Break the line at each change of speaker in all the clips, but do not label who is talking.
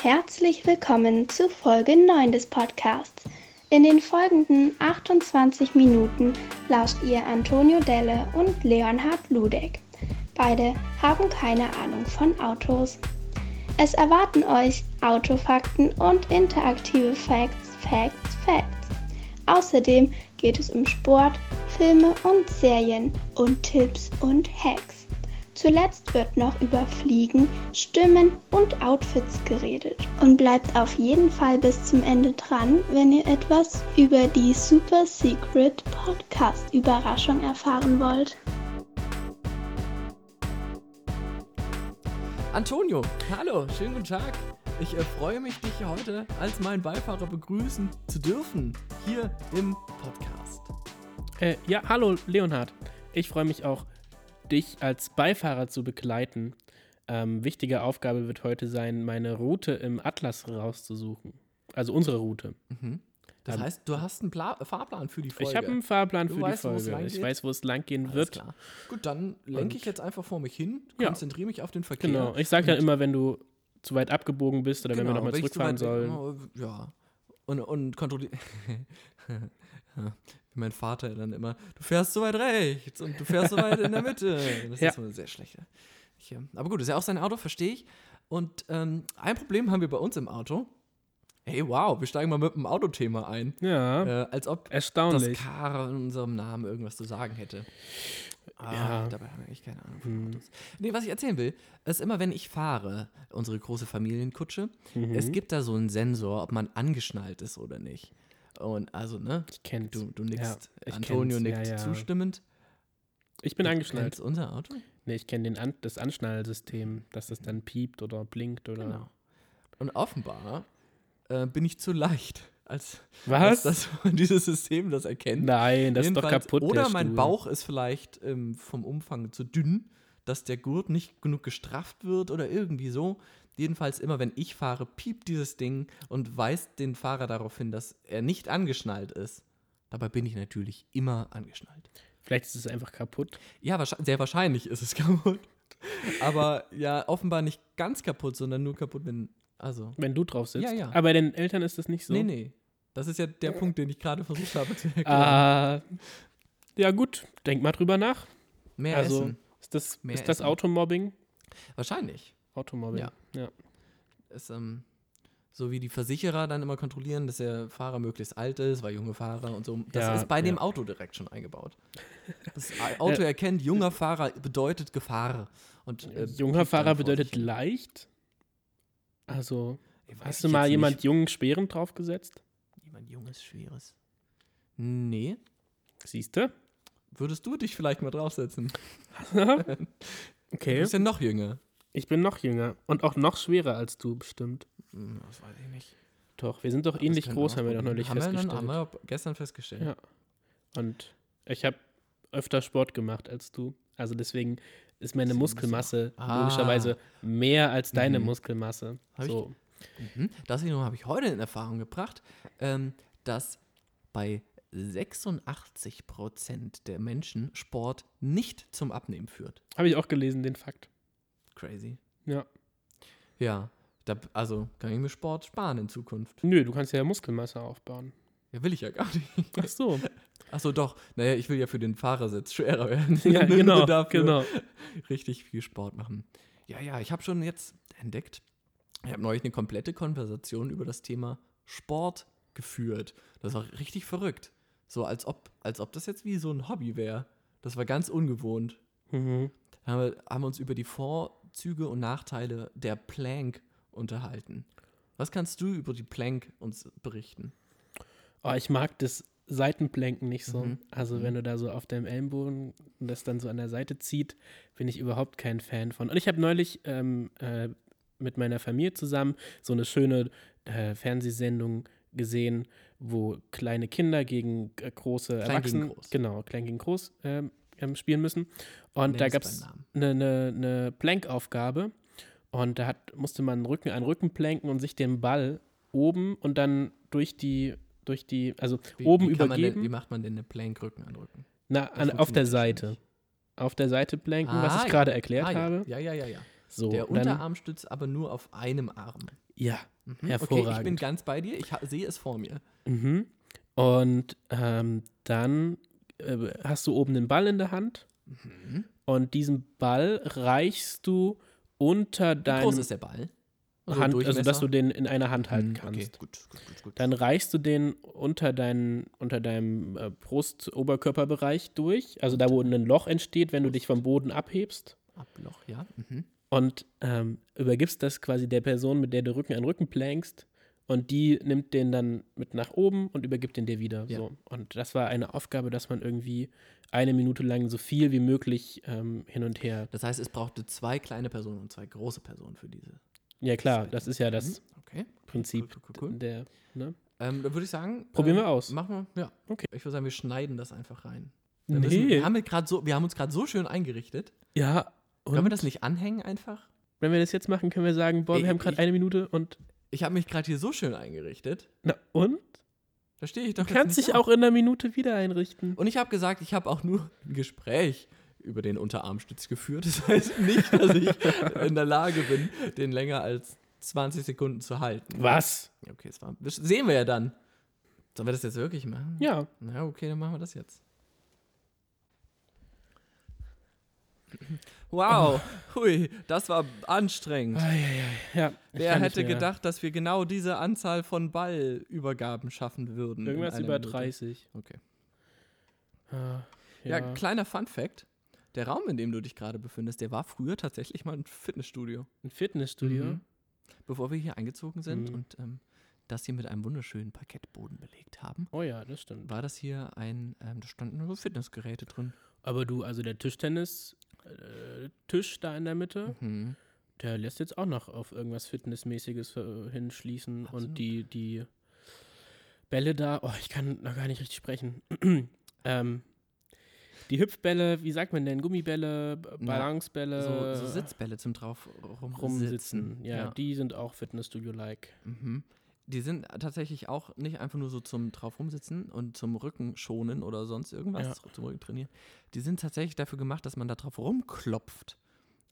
Herzlich willkommen zu Folge 9 des Podcasts. In den folgenden 28 Minuten lauscht ihr Antonio Delle und Leonhard Ludeck. Beide haben keine Ahnung von Autos. Es erwarten euch Autofakten und interaktive Facts, Facts, Facts. Außerdem geht es um Sport, Filme und Serien und Tipps und Hacks. Zuletzt wird noch über Fliegen, Stimmen und Outfits geredet. Und bleibt auf jeden Fall bis zum Ende dran, wenn ihr etwas über die Super Secret Podcast Überraschung erfahren wollt.
Antonio, hallo, schönen guten Tag. Ich äh, freue mich, dich heute als meinen Beifahrer begrüßen zu dürfen, hier im Podcast.
Äh, ja, hallo Leonhard. Ich freue mich auch, dich als Beifahrer zu begleiten. Ähm, wichtige Aufgabe wird heute sein, meine Route im Atlas rauszusuchen. Also unsere Route.
Das
Ähm,
heißt, du hast einen Pla Fahrplan für die Folge.
Ich habe einen Fahrplan
Du
für
weißt,
die
wo es
Folge.
lang
Ich
geht?
weiß, wo es lang gehen
Alles
wird.
klar. Gut, dann lenke ich jetzt einfach vor mich hin,
Ja.
konzentriere mich auf den Verkehr.
Genau. Ich sage dann immer, wenn du zu weit abgebogen bist oder wenn wir nochmal
wenn ich Genau, zu
zurückfahren
weit weg-
sollen.
oh, Ja. Und, und kontrolliere. Wie mein Vater dann immer, du fährst so weit rechts und du fährst so weit in der Mitte. Das
Ja.
ist immer sehr schlecht. Ich, ähm, aber gut, ist ja auch sein Auto, verstehe ich. Und ähm, ein Problem haben wir bei uns im Auto. Hey, wow, wir steigen mal mit dem Autothema ein.
Ja,
Äh, als ob das
erstaunlich.
Car in unserem Namen irgendwas zu sagen hätte. Ah,
Ja. Hm.
Dabei haben wir eigentlich keine Ahnung von Autos. Nee, was ich erzählen will, ist immer, wenn ich fahre, unsere große Familienkutsche,
Mhm.
es gibt da so einen Sensor, ob man angeschnallt ist oder nicht. Und also, ne,
Ich kenn's.
du, du
Ja,
nickst,
ich
Antonio
kenn's.
nickt
Ja, ja.
zustimmend.
Ich bin
Du
angeschnallt.
kennst unser Auto?
Nee, ich kenne den An das Anschnallsystem, dass das dann piept oder blinkt oder.
Genau. Und offenbar äh, bin ich zu leicht, als, als
Was?
dass dieses System das erkennt.
Nein, das ist doch
Jedenfalls-
kaputt.
Oder
der
mein
Stuhl.
Bauch ist vielleicht ähm, vom Umfang zu dünn, dass der Gurt nicht genug gestrafft wird oder irgendwie so. Jedenfalls immer, wenn ich fahre, piept dieses Ding und weist den Fahrer darauf hin, dass er nicht angeschnallt ist. Dabei bin ich natürlich immer angeschnallt.
Vielleicht ist es einfach kaputt.
Ja, wahrscheinlich, sehr wahrscheinlich ist es kaputt. Aber ja, offenbar nicht ganz kaputt, sondern nur kaputt, wenn. Also.
Wenn du drauf sitzt.
Ja, ja.
Aber bei den Eltern ist das nicht so.
Nee, nee. Das ist ja der Punkt, den ich gerade versucht habe zu erklären.
Ah, ja, gut, denk mal drüber nach.
genau. Mehr
also,
Essen.
ist das,
Mehr
ist das
Essen.
Automobbing?
Wahrscheinlich.
Automobbing.
Ja.
ja.
ist, ähm, so wie die Versicherer dann immer kontrollieren, dass der Fahrer möglichst alt ist, weil junge Fahrer und so. Das
Ja,
ist bei dem
ja.
Auto direkt schon eingebaut. Das Auto erkennt, junger Fahrer bedeutet Gefahr. Und, äh, piept
Junger
dann
Fahrer
vor
bedeutet
sich hin.
leicht. Also,
Ey, weiß
hast
ich
du mal
jetzt
jemand
Nicht.
jungen, schweren draufgesetzt?
Jemand junges, schweres. Nee.
Siehst du?
Würdest du dich vielleicht mal draufsetzen? Du
okay.
bist ja noch jünger.
Ich bin noch jünger und auch noch schwerer als du bestimmt.
Hm, Das weiß ich nicht.
Doch, wir sind doch ähnlich groß, haben wir doch neulich
haben
festgestellt.
Wir dann, haben wir gestern festgestellt.
Ja. Und ich habe öfter Sport gemacht als du. Also deswegen ist meine
Deswegen bist du-
Muskelmasse
Ah.
logischerweise mehr als deine
Mhm.
Muskelmasse.
Hab ich-
so.
Mhm. Das wiederum habe ich heute in Erfahrung gebracht, ähm, dass bei 86 Prozent der Menschen Sport nicht zum Abnehmen führt.
Habe ich auch gelesen, den Fakt.
Crazy.
Ja.
Ja, da, also kann ich mir Sport sparen in Zukunft.
Nö, du kannst ja Muskelmasse aufbauen.
Ja, will ich ja gar nicht.
Ach so.
Achso, doch. Naja, ich will ja für den Fahrersitz schwerer werden.
ja,
Nur
genau,
dafür
genau.
Richtig viel Sport machen. Ja, ja, ich habe schon jetzt entdeckt, ich habe neulich eine komplette Konversation über das Thema Sport geführt. Das war richtig verrückt. So als ob, als ob das jetzt wie so ein Hobby wäre. Das war ganz ungewohnt.
Mhm.
Da haben wir, haben wir uns über die Vorzüge und Nachteile der Plank unterhalten. Was kannst du über die Plank uns berichten?
Oh, ich mag das Seitenplanken nicht so.
Mhm.
Also wenn du da so auf deinem Ellenbogen das dann so an der Seite zieht, bin ich überhaupt kein Fan von. Und ich habe neulich ähm, äh, mit meiner Familie zusammen so eine schöne äh, Fernsehsendung gesehen, wo kleine Kinder gegen äh, große
gegen
Erwachsene,
groß.
genau, klein gegen groß ähm, ähm, spielen müssen. Und
Nenn
da
es
gab
beim
es
Namen.
eine, eine, eine ne, Plankaufgabe und da hat, musste man Rücken an Rücken planken und sich den Ball oben und dann durch die, durch die, also
Wie,
oben
wie kann man
übergeben,
Denn, wie macht man denn eine Plank Rücken an Rücken?
na,
Das
an, auf der
funktioniert
Seite.
ja schon
Auf der Seite planken, was
Ah,
ich
ja.
gerade
nicht.
erklärt
Ah, ja.
habe.
Ja, ja, ja, ja.
So,
Der
und dann,
Unterarm stützt aber nur auf einem Arm.
Ja,
Mhm. Okay, ich bin
hervorragend.
ganz bei dir. Ich ha- sehe es vor mir.
mhm. Und ähm, dann äh, hast du oben den Ball in der Hand
Mhm.
und diesen Ball reichst du unter
Wie groß
deinem
ist der Ball?
Hand, also dass du den in einer Hand halten
Mhm,
kannst.
Okay, gut, gut, gut. gut.
Dann reichst du den unter, deinen, unter deinem äh, Brust-Oberkörperbereich durch, also da, wo ein Loch entsteht, wenn du dich vom Boden abhebst.
Abloch, ja. Mhm.
Und ähm, übergibst das quasi der Person, mit der du Rücken an Rücken plankst. Und die nimmt den dann mit nach oben und übergibt den dir wieder.
Ja.
So. Und das war eine Aufgabe, dass man irgendwie eine Minute lang so viel wie möglich ähm, hin und her.
Das heißt, es brauchte zwei kleine Personen und zwei große Personen für diese.
Ja, klar, das ist ja das
Okay.
Prinzip
Cool, cool, Mhm. cool, cool.
der. Ne?
Ähm, dann würde ich sagen.
Probieren
ähm,
wir aus.
Machen wir, ja.
Okay.
Ich würde sagen, wir schneiden das einfach rein. Wir, müssen, wir, haben jetzt grad so, wir haben uns gerade so schön eingerichtet.
Ja,
Können wir
und
das nicht anhängen einfach?
wenn wir das jetzt machen, können wir sagen: Boah,
Ich-
wir haben gerade
ich-
eine Minute und
Ich habe mich gerade hier so schön eingerichtet.
Na und?
Da stehe ich
Du
doch jetzt
kannst
nicht
dich
da.
auch in einer Minute wieder einrichten.
Und ich habe gesagt, ich habe auch nur ein Gespräch über den Unterarmstütz geführt. Das heißt nicht, dass ich in der Lage bin, den länger als 20 Sekunden zu halten.
Was?
Okay, das, war, das sehen wir ja dann. Sollen wir das jetzt wirklich machen?
Ja.
Na, okay, dann machen wir das jetzt. Wow, hui, das war anstrengend.
ja ich
Wer
kann
hätte
nicht mehr.
gedacht, dass wir genau diese Anzahl von Ballübergaben schaffen würden? in
Irgendwas
einer
über
Hm, Minute?
30.
Okay.
Ah,
Ja, kleiner Fun Fact. Der Raum, in dem du dich gerade befindest, der war früher tatsächlich mal ein Fitnessstudio.
Ein Fitnessstudio.
Mhm. Bevor wir hier eingezogen sind
Mhm.
und ähm, das hier mit einem wunderschönen Parkettboden belegt haben,
Oh ja, das stimmt.
war das hier ein, ähm, da standen nur so Fitnessgeräte drin.
Aber du, also der Tischtennis äh, Tisch da in der Mitte,
Mhm.
der lässt jetzt auch noch auf irgendwas fitnessmäßiges äh, hinschließen
Absolut.
und die die Bälle da, oh, ich kann noch gar nicht richtig sprechen. ähm die Hüpfbälle, wie sagt man denn? Gummibälle, B-
Na,
Balancebälle,
So, so Sitzbälle zum drauf Äh. rumsitzen.
rumsitzen. Ja, die sind auch Fitnessstudio-like.
Mhm. Die sind tatsächlich auch nicht einfach nur so zum drauf rumsitzen und zum Rücken schonen oder sonst irgendwas, zum Rücken trainieren. Die sind tatsächlich dafür gemacht, dass man da drauf rumklopft.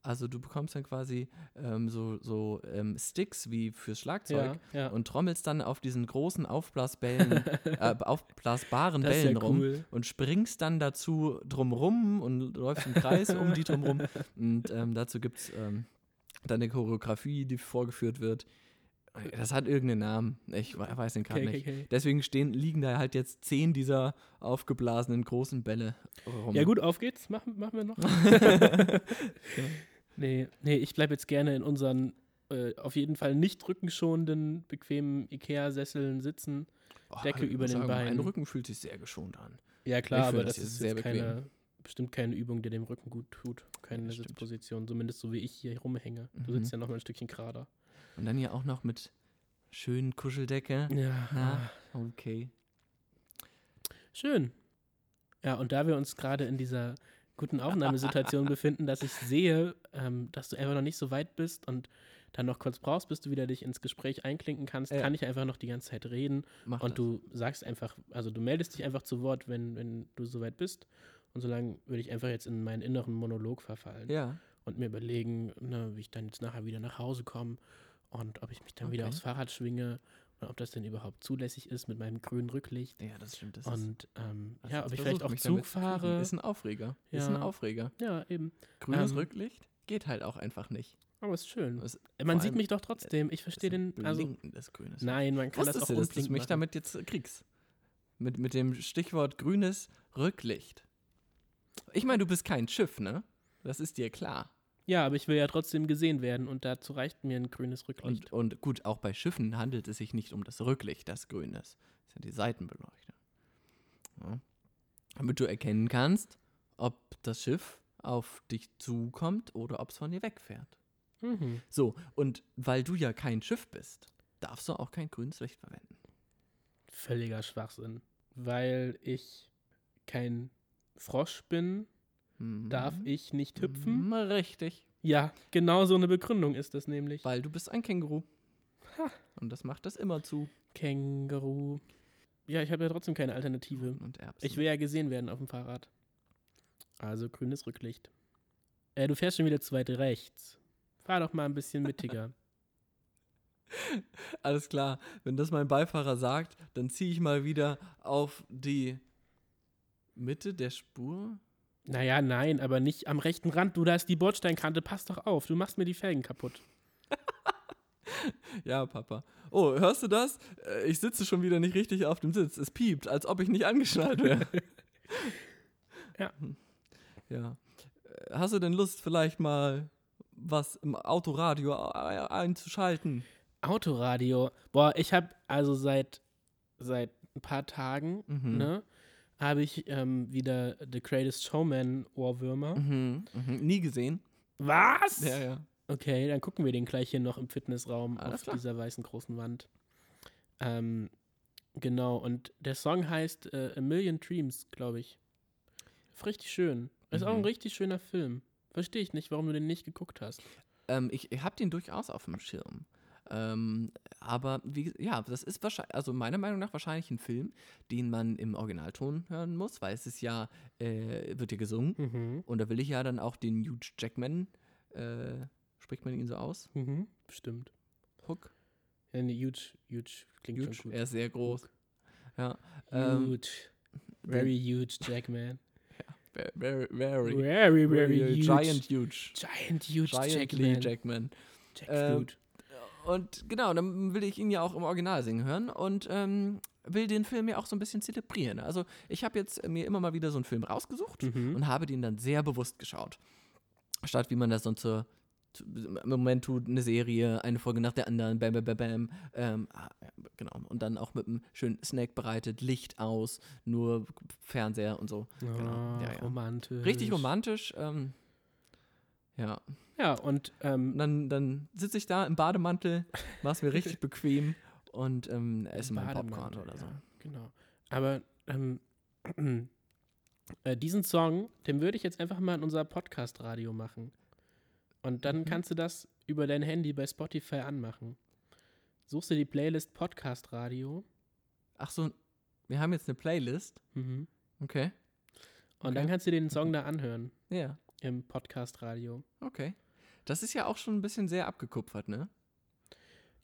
Also du bekommst dann quasi ähm, so, so ähm, Sticks wie fürs Schlagzeug
Ja, ja.
und trommelst dann auf diesen großen aufblasbällen, äh, aufblasbaren
Das ist ja
Bällen rum
cool.
und springst dann dazu drumrum und läufst im Kreis um die drumrum. Und ähm, dazu gibt es ähm, dann eine Choreografie, die vorgeführt wird. Das hat irgendeinen Namen. Ich we- weiß den gerade
Okay, okay,
nicht.
okay.
Deswegen stehen, liegen da halt jetzt zehn dieser aufgeblasenen großen Bälle rum.
Ja, gut, auf geht's. Machen, machen wir noch. nee, nee, ich bleibe jetzt gerne in unseren äh, auf jeden Fall nicht rückenschonenden, bequemen IKEA-Sesseln sitzen.
Oh,
Decke
ich
über
muss
den
Mein
Beinen.
Rücken fühlt sich sehr geschont an.
Ja,
Ich
klar,
find
aber
das
das,
jetzt
ist
sehr
jetzt
bequem.
keine, bestimmt keine Übung, die dem Rücken gut tut. Keine
das stimmt.
Sitzposition, zumindest so wie ich hier rumhänge. Du
Mhm.
sitzt ja noch mal ein Stückchen gerader.
Und dann hier auch noch mit schönen Kuscheldecke.
Ja.
Na, okay.
Schön. Ja, und da wir uns gerade in dieser guten Aufnahmesituation befinden, dass ich sehe, ähm, dass du einfach noch nicht so weit bist und dann noch kurz brauchst, bis du wieder dich ins Gespräch einklinken kannst,
Ja.
kann ich einfach noch die ganze Zeit reden.
Mach
und
das.
du sagst einfach, also du meldest dich einfach zu Wort, wenn, wenn du so weit bist. Und solange würde ich einfach jetzt in meinen inneren Monolog verfallen
Ja.
und mir überlegen, ne, wie ich dann jetzt nachher wieder nach Hause komme und ob ich mich dann wieder
Okay.
aufs Fahrrad schwinge und ob das denn überhaupt zulässig ist mit meinem grünen Rücklicht.
Ja, das stimmt. Das ist,
Und ähm,
hast
ja,
jetzt
ob
versucht,
ich vielleicht auch
Also mich damit
Zug
zu kriegen.
fahre.
Ist ein Aufreger. Ist ein
Ja.
Aufreger.
ja, eben.
Grünes
Ähm,
Rücklicht geht halt auch einfach nicht.
Aber ist schön.
Es
man
vor
sieht
allem, äh,
mich doch trotzdem. Ich verstehe den. Also,
Blinken des Grünes.
nein, man kann das
Wusstest
auch
du, dass du
unblinkend
mich
machen.
damit jetzt kriegst? Mit, mit dem Stichwort grünes Rücklicht. Ich meine, du bist kein Schiff, ne? Das ist dir klar.
Ja, aber ich will ja trotzdem gesehen werden und dazu reicht mir ein grünes Rücklicht.
Und, und gut, auch bei Schiffen handelt es sich nicht um das Rücklicht, das grün ist. Das sind die Seitenbeleuchtung. Ja. Damit du erkennen kannst, ob das Schiff auf dich zukommt oder ob es von dir wegfährt.
Mhm.
So, und weil du ja kein Schiff bist, darfst du auch kein grünes Licht verwenden.
Völliger Schwachsinn. Weil ich kein Frosch bin,
Mhm.
darf ich nicht hüpfen.
Mhm, Richtig.
Ja, genau so eine Begründung ist das nämlich.
Weil du bist ein Känguru.
Ha.
Und das macht das immer zu.
Känguru. Ja, ich habe ja trotzdem keine Alternative.
Und Erbsen.
Ich will ja gesehen werden auf dem Fahrrad. Also grünes Rücklicht. Äh, du fährst schon wieder zu weit rechts. Fahr doch mal ein bisschen mittiger.
Alles klar, wenn das mein Beifahrer sagt, dann ziehe ich mal wieder auf die Mitte der Spur.
Naja, nein, aber nicht am rechten Rand. Du, da ist die Bordsteinkante. Pass doch auf, du machst mir die Felgen kaputt.
Ja, Papa. Oh, hörst du das? Äh, Ich sitze schon wieder nicht richtig auf dem Sitz. Es piept, als ob ich nicht angeschnallt wäre.
Ja.
Ja. Äh, Hast du denn Lust, vielleicht mal was im Autoradio a- a- einzuschalten?
Autoradio. Boah, ich habe also seit, seit ein paar Tagen,
Mhm.
ne, habe ich ähm, wieder The Greatest Showman Ohrwürmer.
Mhm. Mhm. Nie gesehen.
Was?
Ja, ja.
Okay, dann gucken wir den gleich hier noch im Fitnessraum
Alles
auf
klar.
dieser weißen großen Wand. Ähm, genau, und der Song heißt äh, A Million Dreams, glaube ich. Ist richtig schön. Ist auch ein
Mhm.
richtig schöner Film. Verstehe ich nicht, warum du den nicht geguckt hast.
Ähm, ich ich habe den durchaus auf dem Schirm. Ähm, aber wie, ge- ja, das ist wahrscheinlich, also meiner Meinung nach wahrscheinlich ein Film, den man im Originalton hören muss, weil es ist ja, äh, wird ja gesungen.
Mhm.
Und da will ich ja dann auch den Hugh Jackman, äh, spricht man ihn so aus?
Mhm. Bestimmt.
Hook?
Ja, nee, huge, huge. Klingt
Hugh,
schon gut.
er ist sehr groß. Ja. Ähm,
Huge. Very huge, Jackman.
ve- very, very,
Very, very
very
huge.
giant huge.
Giant huge
Giantly
Jackman.
Jackman.
Jack
Ähm,
Fruit.
Und genau, dann will ich ihn ja auch im Original singen hören und ähm, will den Film ja auch so ein bisschen zelebrieren. Also ich habe jetzt mir immer mal wieder so einen Film rausgesucht
Mhm.
und habe den dann sehr bewusst geschaut. Statt wie man das sonst so zu- im Moment tut, eine Serie, eine Folge nach der anderen, bam, bam, bam, bam. Ähm, ah, ja, genau. Und dann auch mit einem schönen Snack bereitet, Licht aus, nur Fernseher und so. genau,
Ah,
ja, ja.
Romantisch.
Richtig romantisch. Ähm, ja,
Ja, und ähm,
und dann, dann sitze ich da im Bademantel, mach's mir richtig bequem und ähm, esse
Im
meinen Popcorn
Bademantel,
oder so.
ja, Genau. Aber ähm, äh, diesen Song, den würde ich jetzt einfach mal in unser Podcast-Radio machen. Und
Mhm.
dann kannst du das über dein Handy bei Spotify anmachen. Suchst du die Playlist Podcast-Radio
Ach so, wir haben jetzt eine Playlist.
mhm.
Okay. Okay.
und
Mhm.
dann kannst du den Song da anhören
Ja,
im Podcast-Radio.
okay. Das ist ja auch schon ein bisschen sehr abgekupfert, ne?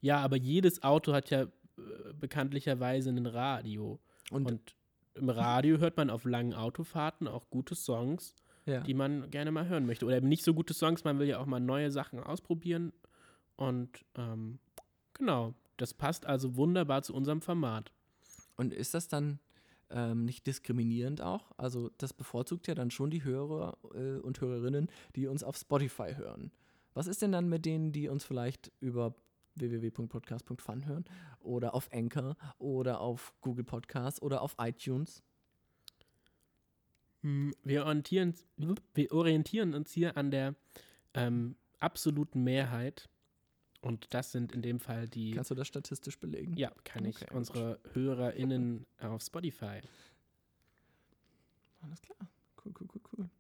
Ja, aber jedes Auto hat ja äh, bekanntlicherweise ein Radio.
Und,
Und, im Radio hört man auf langen Autofahrten auch gute Songs.
ja.
die man gerne mal hören möchte. Oder eben nicht so gute Songs, man will ja auch mal neue Sachen ausprobieren. Und ähm, genau, das passt also wunderbar zu unserem Format.
und ist das dann ähm, nicht diskriminierend auch? Also das bevorzugt ja dann schon die Hörer äh, und Hörerinnen, die uns auf Spotify hören. Was ist denn dann mit denen, die uns vielleicht über www.podcast.fun hören oder auf Anchor oder auf Google Podcasts oder auf iTunes?
Hm, Wir orientieren, wir orientieren uns hier an der ähm, absoluten Mehrheit. Und das sind in dem Fall die.
Kannst du das statistisch belegen?
ja, kann ich
Okay, gut.
unsere HörerInnen auf Spotify.
Alles klar. Cool, cool, cool, cool.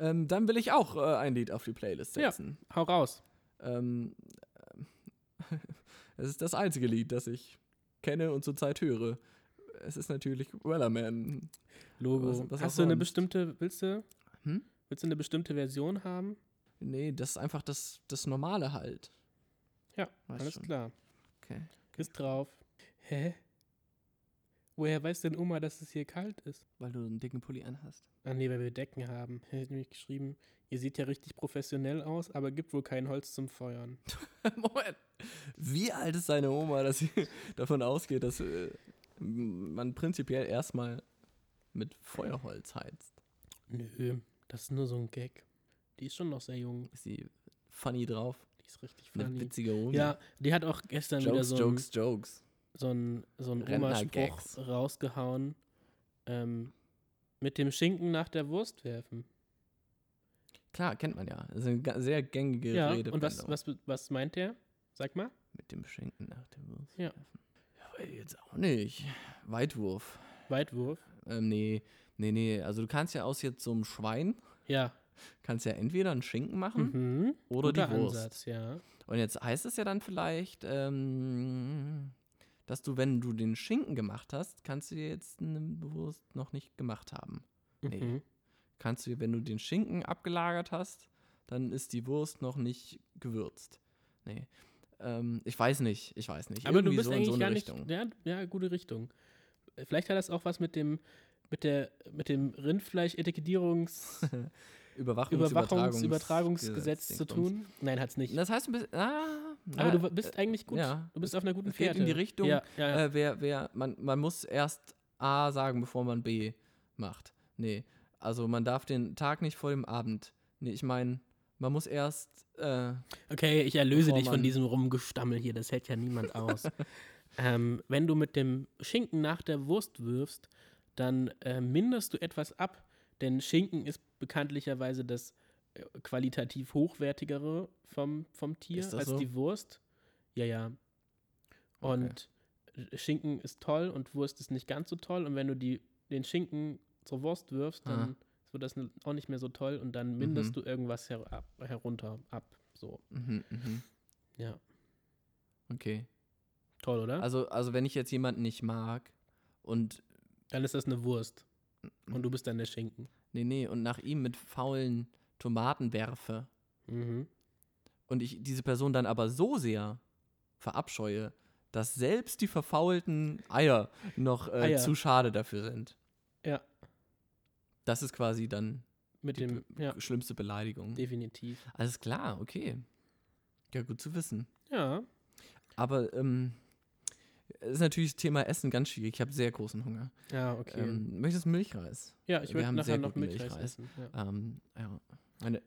Ähm, dann will ich auch äh, ein Lied auf die Playlist
Ja.
setzen.
Hau raus.
Ähm, ähm, es ist das einzige Lied, das ich kenne und zurzeit höre. Es ist natürlich Wellerman.
Logo.
Was- was
Hast
auch
du eine
sonst.
bestimmte, willst du,
Hm?
willst du eine bestimmte Version haben?
Nee, das ist einfach das, das Normale halt.
Ja,
Weiß
alles
schon.
klar.
Okay.
Ist drauf. Hä? Woher weiß denn Oma, dass es hier kalt ist?
Weil du einen dicken Pulli anhast.
Ah nee, weil wir Decken haben. Er hat nämlich geschrieben, ihr seht ja richtig professionell aus, aber gibt wohl kein Holz zum Feuern.
Moment. Wie alt ist seine Oma, dass sie davon ausgeht, dass äh, man prinzipiell erstmal mit Feuerholz heizt?
Nö, das ist nur so ein Gag. Die ist schon noch sehr jung.
ist sie funny drauf.
Die ist richtig
Eine
funny.
witzige Omi.
Ja, die hat auch gestern wieder
Jokes,
so einen
Jokes, Jokes.
so einen so einen
Rentner-Gags.
Oma-Spruch rausgehauen. Ähm, mit dem Schinken nach der Wurst werfen.
Klar, kennt man ja. Das ist eine ga- sehr gängige
Ja,
Rede. genau.
und was, was, was meint der? Sag mal.
Mit dem Schinken nach dem Wurst.
Ja.
Ja, weiß ich jetzt auch nicht. Weitwurf.
Weitwurf.
Ähm, nee, nee, nee. Also du kannst ja aus jetzt so einem Schwein,
Ja.
kannst ja entweder einen Schinken machen
Mhm.
oder die
Guter
Wurst.
Ansatz, ja.
Und jetzt heißt es ja dann vielleicht, ähm, dass du, wenn du den Schinken gemacht hast, kannst du dir jetzt eine Wurst noch nicht gemacht haben. Nee.
Mhm.
kannst du, wenn du den Schinken abgelagert hast, dann ist die Wurst noch nicht gewürzt. Nee. Ähm, ich weiß nicht, ich weiß nicht.
Aber du
Irgendwie
bist
so in
eigentlich
so eine
gar nicht.
Richtung.
Ja, ja, gute Richtung. Vielleicht hat das auch was mit dem, mit der, mit dem Rindfleisch-Etikettierungs-
Überwachungs
Überwachungsübertragungsgesetz zu
Dingsbums.
tun? Nein, hat's nicht.
Das heißt ein bisschen. Ah, na,
Aber du bist eigentlich gut.
ja.
Du bist auf einer guten
es geht
Fährte.
in die Richtung,
Ja, ja, ja.
Äh, wer, wer, man, man muss erst A sagen, bevor man B macht. Nee, also man darf den Tag nicht vor dem Abend. Nee, ich meine, man muss erst. Äh,
Okay, ich erlöse
Bevor
dich von
man-
diesem Rumgestammel hier, das hält ja niemand aus. ähm, wenn du mit dem Schinken nach der Wurst wirfst, dann äh, minderst du etwas ab, denn Schinken ist bekanntlicherweise das äh, qualitativ hochwertigere vom, vom Tier
Ist das
als
so?
die Wurst. Ja, ja. Und äh, Schinken ist toll und Wurst ist nicht ganz so toll. Und wenn du die, den Schinken zur Wurst wirfst, dann
Ah.
wird das auch nicht mehr so toll und dann minderst
Mhm.
du irgendwas her ab, herunter ab. So,
mhm, mhm.
ja.
Okay.
Toll, oder?
Also, also, wenn ich jetzt jemanden nicht mag und.
dann ist das eine Wurst. Und du bist dann der Schinken.
Nee, nee, und nach ihm mit faulen Tomaten werfe
Mhm.
und ich diese Person dann aber so sehr verabscheue, dass selbst die verfaulten Eier noch äh,
Eier.
zu schade dafür sind.
Ja.
Das ist quasi dann
Mit
die
dem,
be-
ja,
schlimmste Beleidigung.
definitiv.
Alles klar, okay. Ja, gut zu wissen.
Ja,
Aber ähm, ist natürlich das Thema Essen ganz schwierig. Ich habe sehr großen Hunger.
ja, okay.
Ähm, möchtest du Milchreis?
ja, ich
wir
würde
haben
nachher
sehr
noch
guten
Milchreis
Milchreis.
essen. Ja.
Ähm, ja. Meine,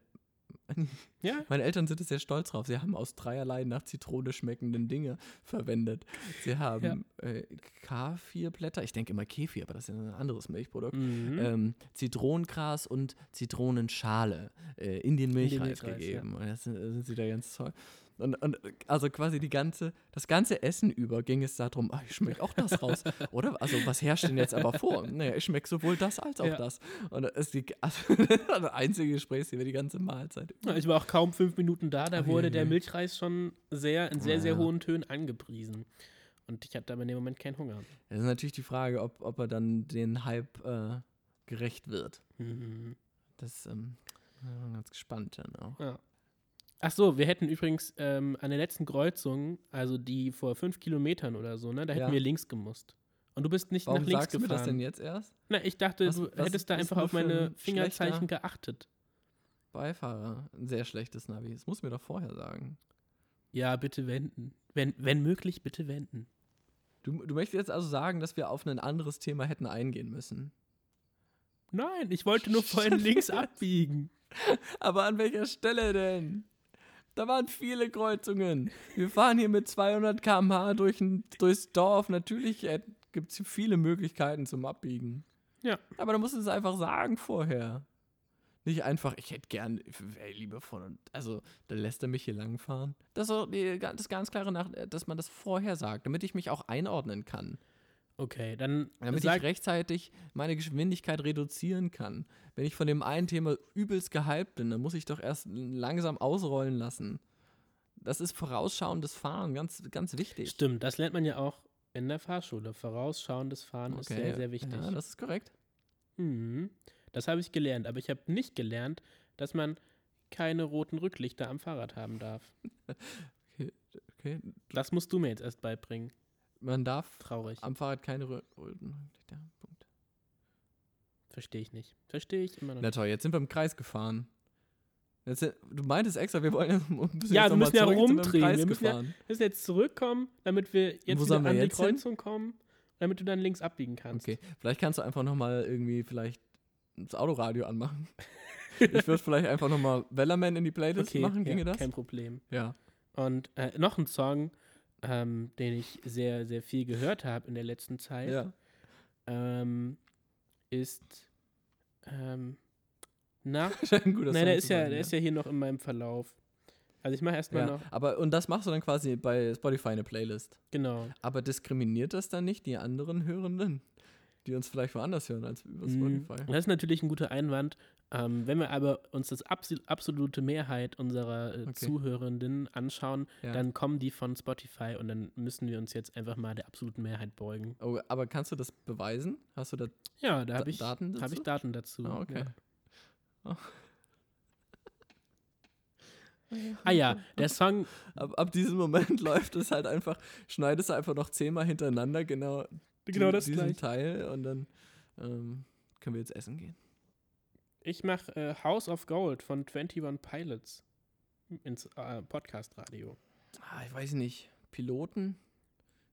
ja,
meine Eltern sind es sehr stolz drauf. Sie haben aus dreierlei nach Zitrone schmeckenden Dinge verwendet. Sie haben äh, K4-Blätter, ich denke immer Kefir, aber das ist ja ein anderes Milchprodukt.
mhm.
ähm, Zitronengras und Zitronenschale äh, in den Milchreis
Milchreis,
gegeben. Und das sind, sind sie da ganz toll. Und, und also quasi die ganze, das ganze Essen über ging es darum, ah, ich schmecke auch das raus. Oder? Also was herrscht denn jetzt aber vor? Naja, ich schmecke sowohl das als auch
Ja.
das. Und das ist die, also, das war das einzige Gespräch über die ganze Mahlzeit.
Ja, Ich war auch kaum fünf Minuten da, da
Ui,
wurde
ui,
der
ui.
Milchreis schon sehr, in sehr,
Ja,
sehr
ja.
hohen Tönen angepriesen. Und ich hatte aber in dem Moment keinen Hunger.
Das ist natürlich die Frage, ob, ob er dann den Hype äh, gerecht wird.
Mhm.
Das ähm, ja, ganz gespannt dann auch.
Ach so, wir hätten übrigens ähm, an der letzten Kreuzung, also die vor fünf Kilometern oder so, ne, da hätten
Ja.
wir links gemusst. Und du bist nicht
Warum
nach links
sagst du mir
gefahren.
das denn jetzt erst?
Na, ich dachte,
Was-
du
was
hättest da
ist
einfach
nur
auf
für ein
meine
schlechter-
Fingerzeichen geachtet.
Beifahrer, ein sehr schlechtes Navi. Das muss mir doch vorher sagen.
Ja, bitte wenden. Wenn, wenn möglich, bitte wenden.
Du, du möchtest jetzt also sagen, dass wir auf ein anderes Thema hätten eingehen müssen.
Nein, ich wollte nur vorhin links abbiegen.
Aber an welcher Stelle denn? Da waren viele Kreuzungen. Wir fahren hier mit 200 km/h durch ein, durchs Dorf. Natürlich gibt es hier viele Möglichkeiten zum Abbiegen.
Ja.
Aber du musst es einfach sagen vorher. Nicht einfach, ich hätte gern, ey, liebe Freunde, also, da lässt er mich hier langfahren. Das ist so die, das ganz klare, Nach äh, dass man das vorher sagt, damit ich mich auch einordnen kann.
Okay, dann
Damit
sag,
ich rechtzeitig meine Geschwindigkeit reduzieren kann. Wenn ich von dem einen Thema übelst gehypt bin, dann muss ich doch erst langsam ausrollen lassen. Das ist vorausschauendes Fahren, ganz, ganz wichtig.
Stimmt, das lernt man ja auch in der Fahrschule. Vorausschauendes Fahren ist sehr, sehr wichtig.
Ja, das ist korrekt.
Mhm. Das habe ich gelernt, aber ich habe nicht gelernt, dass man keine roten Rücklichter am Fahrrad haben darf.
Okay.
Das musst du mir jetzt erst beibringen.
Man darf
Traurig.
am Fahrrad keine Rö- roten Lichter. Punkt.
Verstehe ich nicht. Verstehe ich immer noch
Na
nicht.
toll, jetzt sind wir im Kreis gefahren. Jetzt, sind- du meintest extra, wir wollen müssen
Ja,
jetzt noch mal
wir
zurück, jetzt sind
müssen ja
wir im
rumdrehen,
Kreis
wir müssen ja-
gefahren.
Wir müssen jetzt zurückkommen, damit wir jetzt
Wo
wieder
sollen wir
an
jetzt
die
hin?
Kreuzung kommen, damit du dann links abbiegen kannst.
Okay, vielleicht kannst du einfach nochmal irgendwie vielleicht das Autoradio anmachen. ich würde vielleicht einfach nochmal Wellerman in die Playlist machen, ginge
ja,
das?
Kein Problem.
Ja.
Und äh, noch ein Song, ähm, den ich sehr, sehr viel gehört habe in der letzten Zeit,
ja.
ähm, ist. Ähm, na,
Scheint ein guter
nein, der
Song
ist,
zu
ja,
sein,
der ist ja hier noch in meinem Verlauf. Also ich mache erstmal
ja.
noch.
Aber und das machst du dann quasi bei Spotify eine Playlist.
Genau.
Aber diskriminiert das dann nicht die anderen Hörenden, die uns vielleicht woanders hören als über
Mhm.
Spotify?
Das ist natürlich ein guter Einwand. Ähm, wenn wir aber uns das absi- absolute Mehrheit unserer äh,
Okay.
Zuhörenden anschauen,
Ja.
dann kommen die von Spotify und dann müssen wir uns jetzt einfach mal der absoluten Mehrheit beugen.
Oh, aber kannst du das beweisen? Hast du da
Ja, da Ah,
Da-
habe ich,
Daten
hab
dazu?
ich Oh. Daten dazu.
Ah, okay.
Ja.
Oh.
Ah ja, der Song,
Ab, ab diesem Moment läuft es halt einfach, schneidest du einfach noch zehnmal hintereinander genau, die-
genau das
diesen
gleiche.
Teil und dann ähm, können wir jetzt essen gehen.
Ich mache äh, House of Gold von 21 Pilots ins äh, Podcast-Radio.
Ah, ich weiß nicht, Piloten?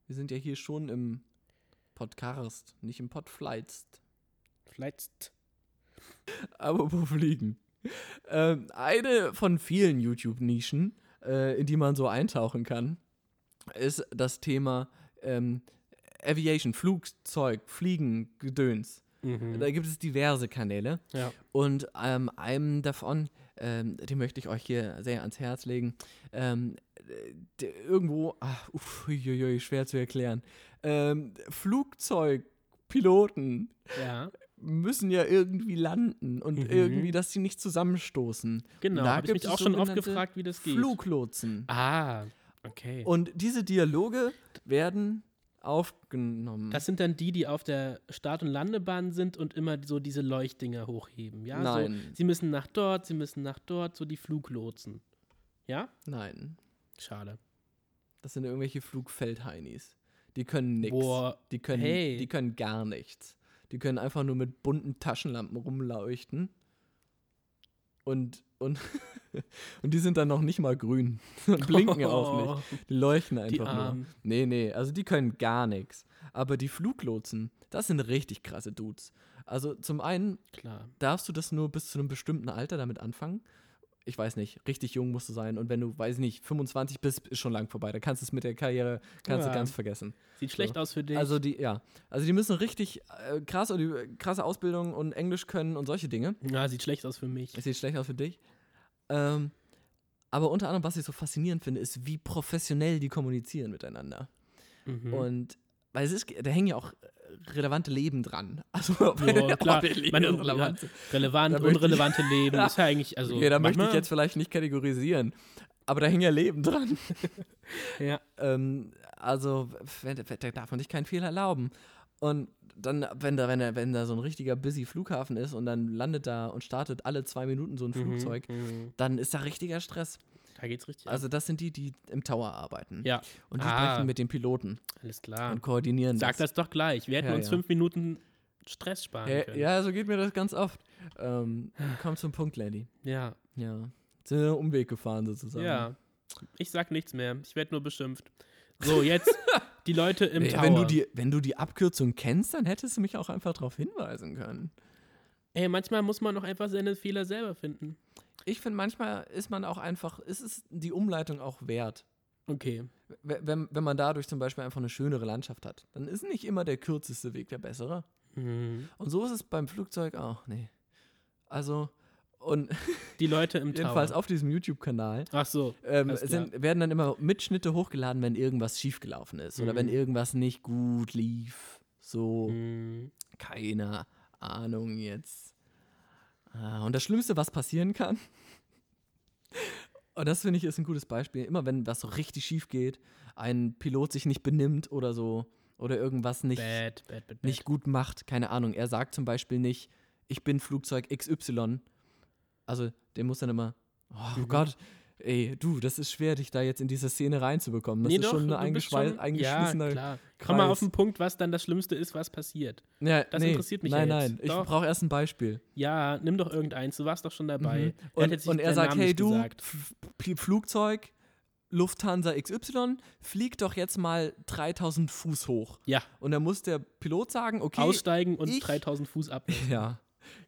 Wir sind ja hier schon im Podcast, nicht im Podflightst.
Vielleicht.
Aber wo fliegen? Ähm, eine von vielen YouTube-Nischen, äh, in die man so eintauchen kann, ist das Thema ähm, Aviation, Flugzeug, Fliegen, Gedöns. Da gibt es diverse Kanäle.
Ja.
Und ähm, einem davon, ähm, den möchte ich euch hier sehr ans Herz legen. Ähm, äh, d- irgendwo, ach, uff, uiuiui, schwer zu erklären. Ähm, Flugzeugpiloten
ja,
müssen ja irgendwie landen und
Mhm.
irgendwie, dass sie nicht zusammenstoßen.
genau.
Da
Habe ich
gibt es
mich auch schon oft
sogenannte
gefragt, wie das geht.
Fluglotsen.
Ah, okay.
Und diese Dialoge werden aufgenommen.
das sind dann die, die auf der Start- und Landebahn sind und immer so diese Leuchtdinger hochheben. Ja,
Nein.
So, sie müssen nach dort, sie müssen nach dort, so die Fluglotsen. Ja?
Nein,
Schade.
das sind irgendwelche Flugfeldheinis. Die können nichts.
Boah,
Die können,
hey.
die können gar nichts. Die können einfach nur mit bunten Taschenlampen rumleuchten. Und, und, und die sind dann noch nicht mal grün. Und blinken auch nicht. Die leuchten
Die
einfach nur.
Armen.
Nee, nee, also die können gar nichts. Aber die Fluglotsen, das sind richtig krasse Dudes. Also zum einen
Klar.
darfst du das nur bis zu einem bestimmten Alter damit anfangen. Ich weiß nicht, richtig jung musst du sein. Und wenn du, weiß nicht, 25 bist, ist schon lang vorbei. Da kannst du es mit der Karriere kannst
Ja.
du ganz vergessen.
Sieht schlecht aus für dich.
Also die, ja. Also die müssen richtig äh, krass oder die, krasse Ausbildung und Englisch können und solche Dinge.
ja, sieht schlecht aus für mich.
Es sieht schlecht aus für dich. Ähm, aber unter anderem, was ich so faszinierend finde, ist, wie professionell die kommunizieren miteinander.
Mhm.
Und weil es ist, da hängen ja auch äh, relevante Leben dran. Also
Ja, klar.
Leben
Man,
relevant.
ja, relevant,
Da möchte ich-
unrelevante Leben ist ja eigentlich, also.
okay, da möchte ich
manchmal-
jetzt vielleicht nicht kategorisieren. Aber da hängen ja Leben dran.
Ja.
ähm, also wenn, wenn, da darf man sich keinen Fehler erlauben. Und dann, wenn da, wenn da, wenn da so ein richtiger busy Flughafen ist und dann landet da und startet alle zwei Minuten so ein Flugzeug,
Mhm.
dann ist da richtiger Stress.
Da geht's richtig. ab.
Also das sind die, die im Tower arbeiten.
ja,
Und die
Ah.
sprechen mit den Piloten
alles klar.
und koordinieren
Sag das doch gleich. Wir hätten
Ja,
uns
ja.
fünf Minuten Stress sparen
Ja,
können.
ja, so geht mir das ganz oft. Ähm, komm zum Punkt, Lady.
ja.
Ja. Sind wir einen Umweg gefahren sozusagen.
Ja. Ich sag nichts mehr. Ich werde nur beschimpft. So, jetzt die Leute im
Nee,
Tower.
wenn, du die, wenn du die Abkürzung kennst, dann hättest du mich auch einfach darauf hinweisen können.
Ey, manchmal muss man noch einfach seine Fehler selber finden.
Ich finde, manchmal ist man auch einfach, ist es die Umleitung auch wert.
Okay.
W- Wenn, wenn man dadurch zum Beispiel einfach eine schönere Landschaft hat, dann ist nicht immer der kürzeste Weg der bessere.
Mhm.
Und so ist es beim Flugzeug auch, nee. Also, und
Die Leute im
jedenfalls
Tower.
auf diesem YouTube-Kanal
Ach so.
ähm,
Alles klar.
sind, werden dann immer Mitschnitte hochgeladen, wenn irgendwas schiefgelaufen ist oder
Mhm.
wenn irgendwas nicht gut lief. So,
Mhm.
keine Ahnung jetzt. Ah, Und das Schlimmste, was passieren kann, und das finde ich ist ein gutes Beispiel, immer wenn was so richtig schief geht, ein Pilot sich nicht benimmt oder so oder irgendwas nicht
Bad, bad, bad, bad.
nicht gut macht, keine Ahnung. Er sagt zum Beispiel nicht, ich bin Flugzeug XY. Also, der muss dann immer, oh
Mhm.
Gott, ey, du, das ist schwer, dich da jetzt in diese Szene reinzubekommen. Das
Nee,
ist
doch,
schon
du
eine
bist
eingeschwei- eingeschließener.
Ja, klar. Komm mal
Kreis.
auf den Punkt, was dann das Schlimmste ist, was passiert.
Ja,
Das interessiert mich ja
Nein,
jetzt.
nein, ich
Doch.
brauche erst ein Beispiel.
Ja, nimm doch irgendeins. Du warst doch schon dabei.
Mhm.
Er hat
Und,
jetzt
und
nicht
er
deinen
sagt,
Namen
hey
nicht
du,
gesagt.
F- F- Flugzeug, Lufthansa XY, flieg doch jetzt mal 3000 Fuß hoch.
Ja,
Und dann muss der Pilot sagen, okay,
aussteigen und
ich-
3000 Fuß ab.
Ja,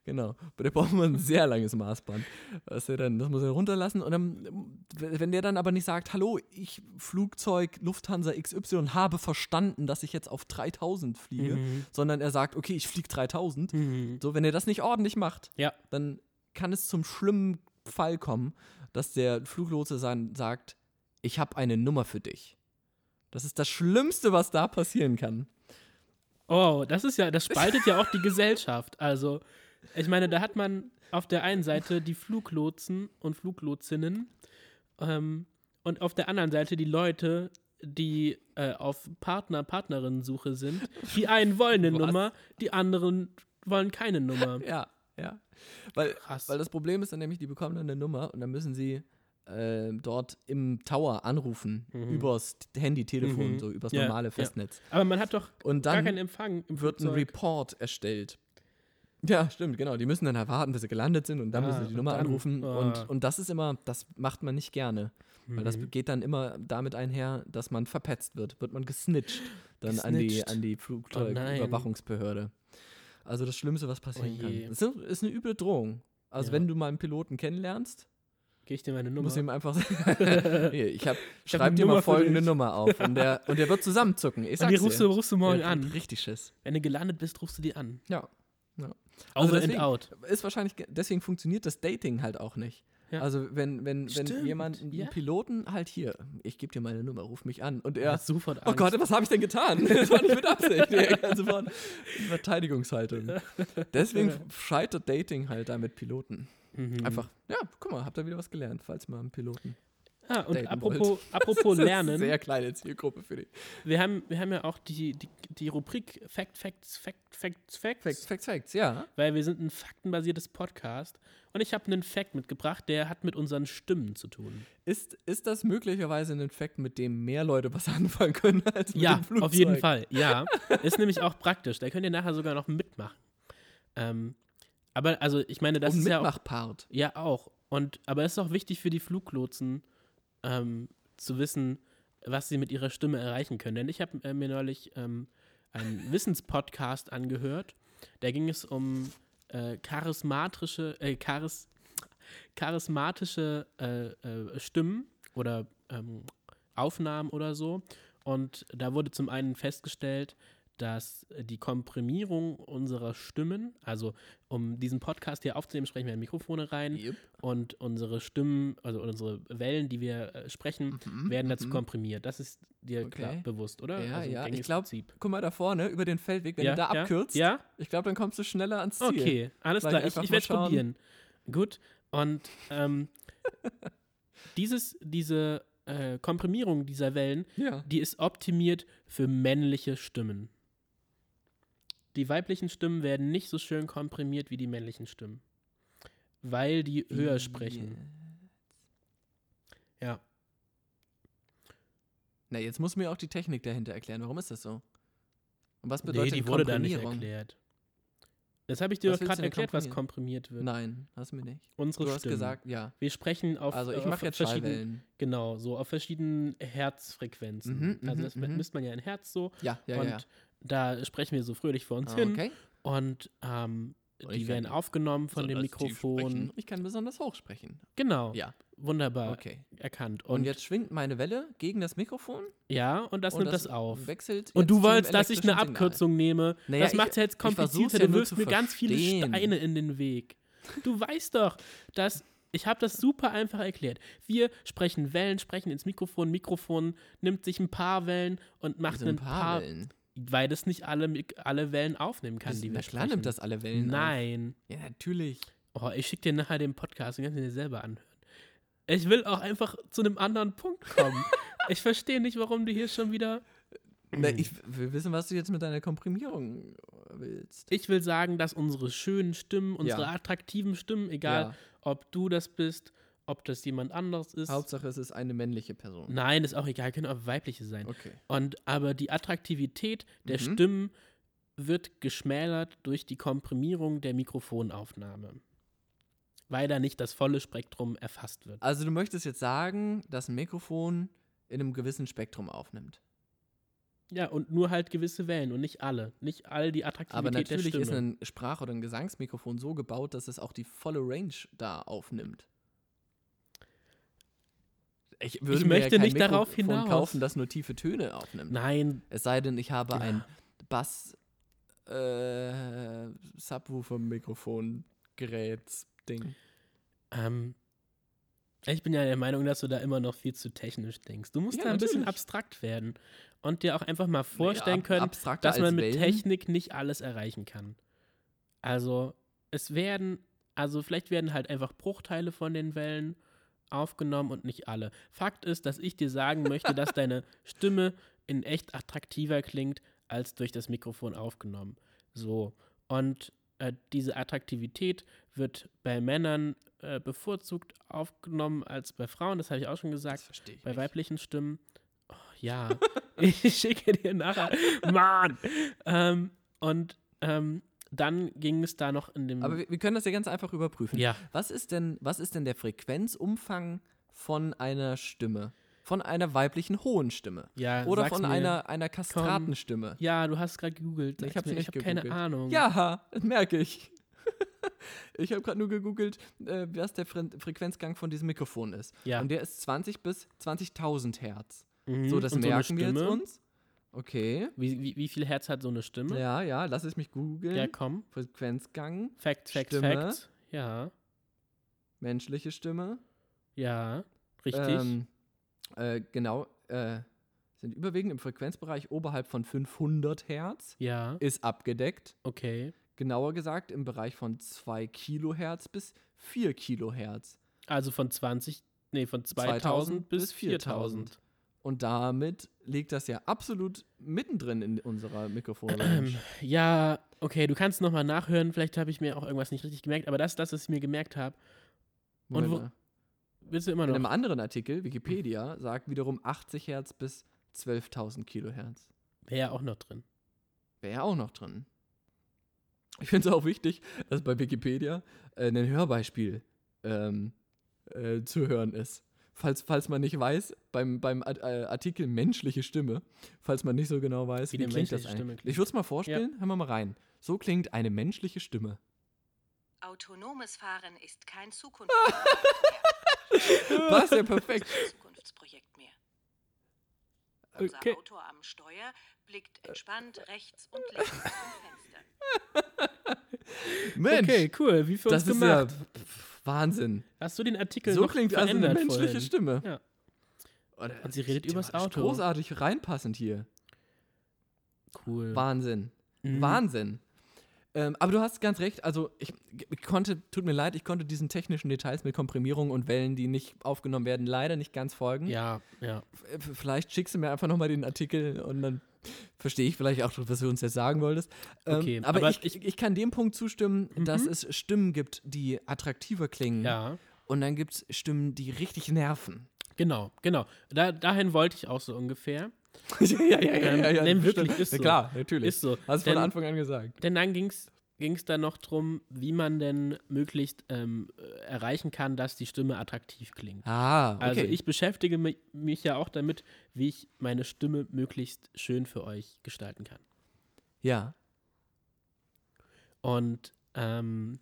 genau. Aber da braucht man ein sehr langes Maßband. Was er dann, das muss er runterlassen. Und dann, wenn der dann aber nicht sagt, hallo, ich Flugzeug Lufthansa XY habe verstanden, dass ich jetzt auf 3000 fliege,
Mhm.
sondern er sagt, okay, ich fliege 3000. So, wenn er das nicht ordentlich macht,
Ja,
dann kann es zum schlimmen Fall kommen, dass der Fluglotse sein, sagt, ich habe eine Nummer für dich. Das ist das Schlimmste, was da passieren kann.
Oh, das ist ja, das spaltet ja auch die Gesellschaft. Also, ich meine, da hat man auf der einen Seite die Fluglotsen und Fluglotsinnen ähm, und auf der anderen Seite die Leute, die äh, auf Partner, Partnerinnensuche sind. Die einen wollen eine
Was?
Nummer, die anderen wollen keine Nummer.
Ja, ja. Weil,
Krass.
Weil das Problem ist dann nämlich, die bekommen dann eine Nummer und dann müssen sie äh, dort im Tower anrufen,
Mhm.
übers Handy-Telefon,
Mhm.
so übers
Ja,
normale
ja.
Festnetz.
Aber man hat doch
Und
gar
dann
keinen Empfang im
wird ein
Flugzeug.
Report erstellt. Ja, stimmt, genau. Die müssen dann halt warten, bis sie gelandet sind und dann
Ah,
müssen sie die
und
Nummer
dann-
anrufen.
ah.
Und, und das ist immer, das macht man nicht gerne. Weil das
Mhm.
geht dann immer damit einher, dass man verpetzt wird, wird man gesnitcht dann
Gesnitcht. Oh
an die, an die
nein. Oh
Flugzeugüberwachungsbehörde. also das Schlimmste, was passieren kann.
je.
Das ist, ist eine üble Drohung. Also
Ja.
wenn du mal einen Piloten kennenlernst,
Geh ich dir meine Nummer.
musst du ihm einfach
Und
Hier, ich hab,
Ich hab
schreib
eine
dir
Nummer
mal
für
folgende
dich.
Nummer auf und der, und der wird zusammenzucken. Ich
die
sag's
rufst
dir.
du, rufst du
Der
morgen
kriegt
an.
Richtig Schiss.
Wenn du gelandet bist, rufst du die an.
Ja. ja.
Also
Also
Over
deswegen-
and out.
Ist wahrscheinlich, ge- deswegen funktioniert das Dating halt auch nicht.
Ja.
Also wenn, wenn,
Stimmt,
wenn jemand einen
ja.
Piloten halt hier, ich gebe dir meine Nummer, ruf mich an. Und
Er
er,
hat sofort
oh
Angst.
Gott, was habe ich denn getan? Das war nicht mit Absicht. Er kann sofort in Verteidigungshaltung. Deswegen f- scheitert Dating halt da mit Piloten.
Mhm.
Einfach, ja, guck mal, habt ihr wieder was gelernt, falls mal einen Piloten.
Ah, und
daten
apropos,
wollt.
apropos
Das ist
Lernen.
Sehr kleine Zielgruppe für die.
Wir haben, wir haben ja auch die, die, die Rubrik Fact, Facts, Fact, Facts, Facts,
Facts, Facts, Facts, ja.
weil wir sind ein faktenbasiertes Podcast und ich habe einen Fact mitgebracht, der hat mit unseren Stimmen zu tun.
Ist, ist das möglicherweise ein Fact, mit dem mehr Leute was anfangen können als mit
ja,
dem Flugzeug?
auf jeden Fall. Ja, ist nämlich auch praktisch. Da könnt ihr nachher sogar noch mitmachen. Ähm, aber also, ich meine, das
Und
ist ja auch,
Mitmachpart.
ja auch. Und aber es ist auch wichtig für die Fluglotsen ähm, zu wissen, was sie mit ihrer Stimme erreichen können. Denn ich habe äh, mir neulich ähm, einen Wissenspodcast angehört. Da ging es um äh, charismatische, äh, charis, charismatische äh, äh, Stimmen oder ähm, Aufnahmen oder so. Und da wurde zum einen festgestellt, dass die Komprimierung unserer Stimmen, also um diesen Podcast hier aufzunehmen, sprechen wir in Mikrofone rein
Yep.
und unsere Stimmen, also unsere Wellen, die wir äh, sprechen, werden dazu komprimiert. Das ist dir klar
Mhm. Okay.
bewusst, oder?
Ja,
Also ein
ja, ich
gängiges
glaube,
Prinzip.
guck mal da vorne über den Feldweg, wenn
ja,
du da
ja,
abkürzt,
Ja,
ich glaube, dann kommst du schneller ans Ziel.
okay, alles
Vielleicht
klar. Ich,
einfach
ich
mal
werde es
schauen.
probieren. Gut, und ähm, dieses, diese äh, Komprimierung dieser Wellen,
Ja.
die ist optimiert für männliche Stimmen. Die weiblichen Stimmen werden nicht so schön komprimiert wie die männlichen Stimmen, weil die höher sprechen. Ja.
Na, jetzt muss mir auch die Technik dahinter erklären. Warum ist das so? Und was
Nee,
bedeutet
die wurde da nicht
Komprimierung?
erklärt. Das habe ich dir
Was
doch
willst du
gerade
denn
erklärt, was komprimiert wird.
Nein, hast du mir nicht.
Unsere
Du hast
Stimmen.
gesagt, ja.
Wir sprechen auf,
Also
äh,
ich
auf
mache jetzt
verschiedenen,
Schallwellen.
genau, so auf verschiedenen Herzfrequenzen.
Mhm,
also
mhm,
das mhm.
mhm.
misst man ja in Herz so.
Ja, ja,
und
ja.
da sprechen wir so fröhlich vor uns
Ah,
hin.
Okay.
Und ähm,
Und
die
ich
werden
kann
aufgenommen von dem
Besonders tief
Mikrofon.
sprechen. Ich kann besonders hoch sprechen.
Genau.
Ja,
Wunderbar
okay.
erkannt. Und,
Und, jetzt schwingt meine Welle gegen das Mikrofon
ja, und das
und
nimmt das, auf.
Wechselt
Und du
jetzt
wolltest,
zum
dass ich eine
elektrischen Signal.
Abkürzung nehme.
Naja,
das
ich-
macht es ja jetzt
ich versuch's
komplizierter.
ja
du
nur
wirfst
zu
mir ganz viele
verstehen.
Steine in den Weg. Du weißt doch, dass ich habe das super einfach erklärt. Wir sprechen Wellen, sprechen ins Mikrofon. Mikrofon nimmt sich ein paar Wellen und macht
Wieso
ein
ein
paar,
paar Wellen.
weil das nicht alle, Mik- alle Wellen aufnehmen kann,
Das-
die
na
wir
klar
sprechen.
nimmt das alle Wellen auf.
Nein.
Ja, natürlich.
Oh, ich schicke dir nachher den Podcast, den kannst du dir selber anhören. Ich will auch einfach zu einem anderen Punkt kommen. ich verstehe nicht, warum du hier schon wieder.
Na, ich, wir wissen, was du jetzt mit deiner Komprimierung willst.
Ich will sagen, dass unsere schönen Stimmen, unsere
Ja.
attraktiven Stimmen, egal
Ja.
ob du das bist, ob das jemand anderes ist.
Hauptsache, es ist eine männliche Person.
Nein, ist auch egal, können auch weibliche sein.
Okay.
Und aber die Attraktivität der
Mhm.
Stimmen wird geschmälert durch die Komprimierung der Mikrofonaufnahme. Weil da nicht das volle Spektrum erfasst wird.
Also du möchtest jetzt sagen, dass ein Mikrofon in einem gewissen Spektrum aufnimmt.
Ja, und nur halt gewisse Wellen und nicht alle. Nicht all die Attraktivität
Aber natürlich
der
ist
Stimme.
ein Sprach- oder ein Gesangsmikrofon so gebaut, dass es auch die volle Range da aufnimmt. Ich, würde mir
möchte
ja kein
nicht darauf
Mikrofon
hinaus.
kaufen, das nur tiefe Töne aufnimmt.
Nein,
Es sei denn, ich habe
Ja.
ein Bass äh, Subwoofer Mikrofon Gerät Ding.
ähm, ich bin ja der Meinung, dass du da immer noch viel zu technisch denkst. Du musst
Ja,
da ein bisschen
natürlich.
abstrakt werden und dir auch einfach mal vorstellen
ab-
können,
abstrakter
dass man
als
mit
Wellen?
Technik nicht alles erreichen kann. Also, es werden, also vielleicht werden halt einfach Bruchteile von den Wellen aufgenommen und nicht alle. Fakt ist, dass ich dir sagen möchte, dass deine Stimme in echt attraktiver klingt als durch das Mikrofon aufgenommen. So. Und äh, diese Attraktivität wird bei Männern äh, bevorzugt aufgenommen als bei Frauen. Das habe ich auch schon
Das
gesagt.
verstehe ich.
Bei
nicht.
weiblichen Stimmen. Oh, ja, ich schicke dir nachher. Mann! Ähm, und ähm, dann ging es da noch in dem.
Aber wir, wir können das ja ganz einfach überprüfen.
ja.
Was ist denn, was ist denn der Frequenzumfang von einer Stimme? Von einer weiblichen hohen Stimme?
Ja,
Oder
sag's
von
mir.
einer, einer Kastratenstimme?
Ja, du hast gerade gegoogelt.
Ich
Sag's
hab's
mir,
nicht
ich habe keine
gegoogelt.
Ahnung.
Ja, das merke ich. ich habe gerade nur gegoogelt, äh, was der Fre Frequenzgang von diesem Mikrofon ist.
Ja.
Und der ist 20 bis 20.000 Hertz.
Mhm.
So, das
Und eine
merken wir jetzt
Stimme?
uns. Okay.
Wie, wie, wie viel Herz hat so eine Stimme?
Ja, ja, lass es mich googeln.
Mhm. Ja, komm.
Frequenzgang,
Fact, Fact,
Stimme.
Fact. Ja,
menschliche Stimme.
ja, richtig.
Ähm, äh, genau. Äh, sind überwiegend im Frequenzbereich oberhalb von 500 Hertz.
ja,
Ist abgedeckt.
okay.
Genauer gesagt im Bereich von 2 Kilohertz bis 4 Kilohertz.
Also von 20, nee, von 2000,
2000 bis
bis 4000.
Und damit liegt das ja absolut mittendrin in unserer
Ähm,
Mikrofonrange.
ja, okay, du kannst nochmal nachhören. Vielleicht habe ich mir auch irgendwas nicht richtig gemerkt, aber das ist das, was ich mir gemerkt habe.
Moment
und wo-
mal.
Willst du immer
In einem
noch?
anderen Artikel, Wikipedia, sagt wiederum 80 Hertz bis 12.000 Kilohertz.
Wäre ja auch noch drin.
Wäre ja auch noch drin. Ich finde es auch wichtig, dass bei Wikipedia äh, ein Hörbeispiel ähm, äh, zu hören ist. Falls, falls man nicht weiß, beim, beim Art- äh, Artikel menschliche Stimme, falls man nicht so genau weiß,
Wie
wie,
eine
klingt das
menschliche
eigentlich.
Stimme klingt.
Ich würde es mal vorspielen, hören wir mal rein. So klingt eine menschliche Stimme.
Autonomes Fahren ist kein Zukunftsprojekt
Was ja perfekt.
kein Zukunftsprojekt mehr. Unser
Okay.
Autor am Steuer blickt entspannt rechts und links zum Fenster.
Mensch,
okay, cool. Wie für uns
das ist ja
gemacht.
pff, Wahnsinn.
Hast du den Artikel
So
noch
klingt also eine
verändert
menschliche
vorhin?
Stimme.
Ja.
Oder-
Und sie redet übers
thematisch
Auto.
Großartig reinpassend hier.
Cool.
Wahnsinn.
Mhm.
Wahnsinn. Ähm, aber du hast ganz recht, also ich, ich konnte, tut mir leid, ich konnte diesen technischen Details mit Komprimierung und Wellen, die nicht aufgenommen werden, leider nicht ganz folgen.
Ja, ja.
F- f- Vielleicht schickst du mir einfach nochmal den Artikel und dann verstehe ich vielleicht auch, was du uns jetzt sagen wolltest. Ähm,
Okay,
aber
aber Mhm.
ich, ich, kann dem Punkt zustimmen, dass es Stimmen gibt, die attraktiver klingen.
Ja.
Und dann gibt es Stimmen, die richtig nerven.
Genau, genau. Da, dahin wollte ich auch so ungefähr.
ja, ja, ja,
Ähm, nein, wirklich,
bestimmt.
ist
Ja,
so.
Klar, natürlich.
Ist so. Ähm,
Hast du von
Denn-
Anfang an gesagt.
Denn dann ging es ging's da noch drum, wie man denn möglichst ähm, äh, erreichen kann, dass die Stimme attraktiv klingt.
Ah, okay.
Also ich beschäftige mi- mich ja auch damit, wie ich meine Stimme möglichst schön für euch gestalten kann.
ja.
Und ähm,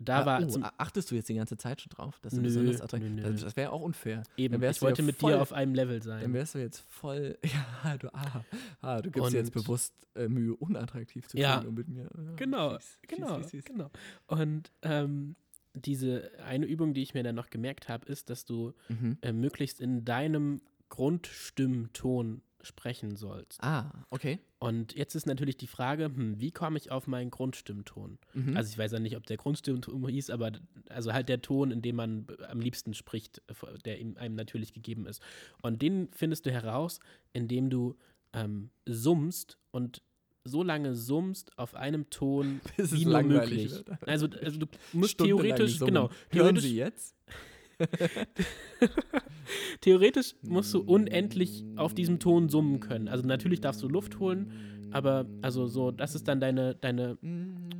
da
Ah,
war
oh,
zum
a- achtest du jetzt die ganze Zeit schon drauf, dass du
Nö,
besonders attraktiv Also,
nö, nö.
Das, das wäre ja auch unfair.
eben,
Dann wärst
ich
du ja
wollte mit
voll,
dir auf einem Level
Dann
sein.
wärst du jetzt voll. Ja, du, ah, ah, du gibst dir jetzt
Und-
bewusst äh, Mühe, unattraktiv zu
Ja.
klingen, um mit mir. ja,
Genau,
fies, fies,
genau,
fies, fies.
genau. Und ähm, diese eine Übung, die ich mir dann noch gemerkt habe, ist, dass du
Mhm.
äh, möglichst in deinem Grundstimmton sprechen sollst.
Ah, okay.
Und jetzt ist natürlich die Frage, hm, wie komme ich auf meinen Grundstimmton?
Mhm.
Also ich weiß ja nicht, ob der Grundstimmton hieß, aber d- also halt der Ton, in dem man b- am liebsten spricht, äh, vor- der ihm- einem natürlich gegeben ist. Und den findest du heraus, indem du ähm, summst und so lange summst auf einem Ton
Bis es
wie nur
langweilig
möglich.
wird.
Also, also du musst
Stundenlang
theoretisch,
gesungen.
genau,
Hören
theoretisch
Sie jetzt?
Theoretisch musst du unendlich auf diesem Ton summen können. Also natürlich darfst du Luft holen, aber also so, das ist dann deine, deine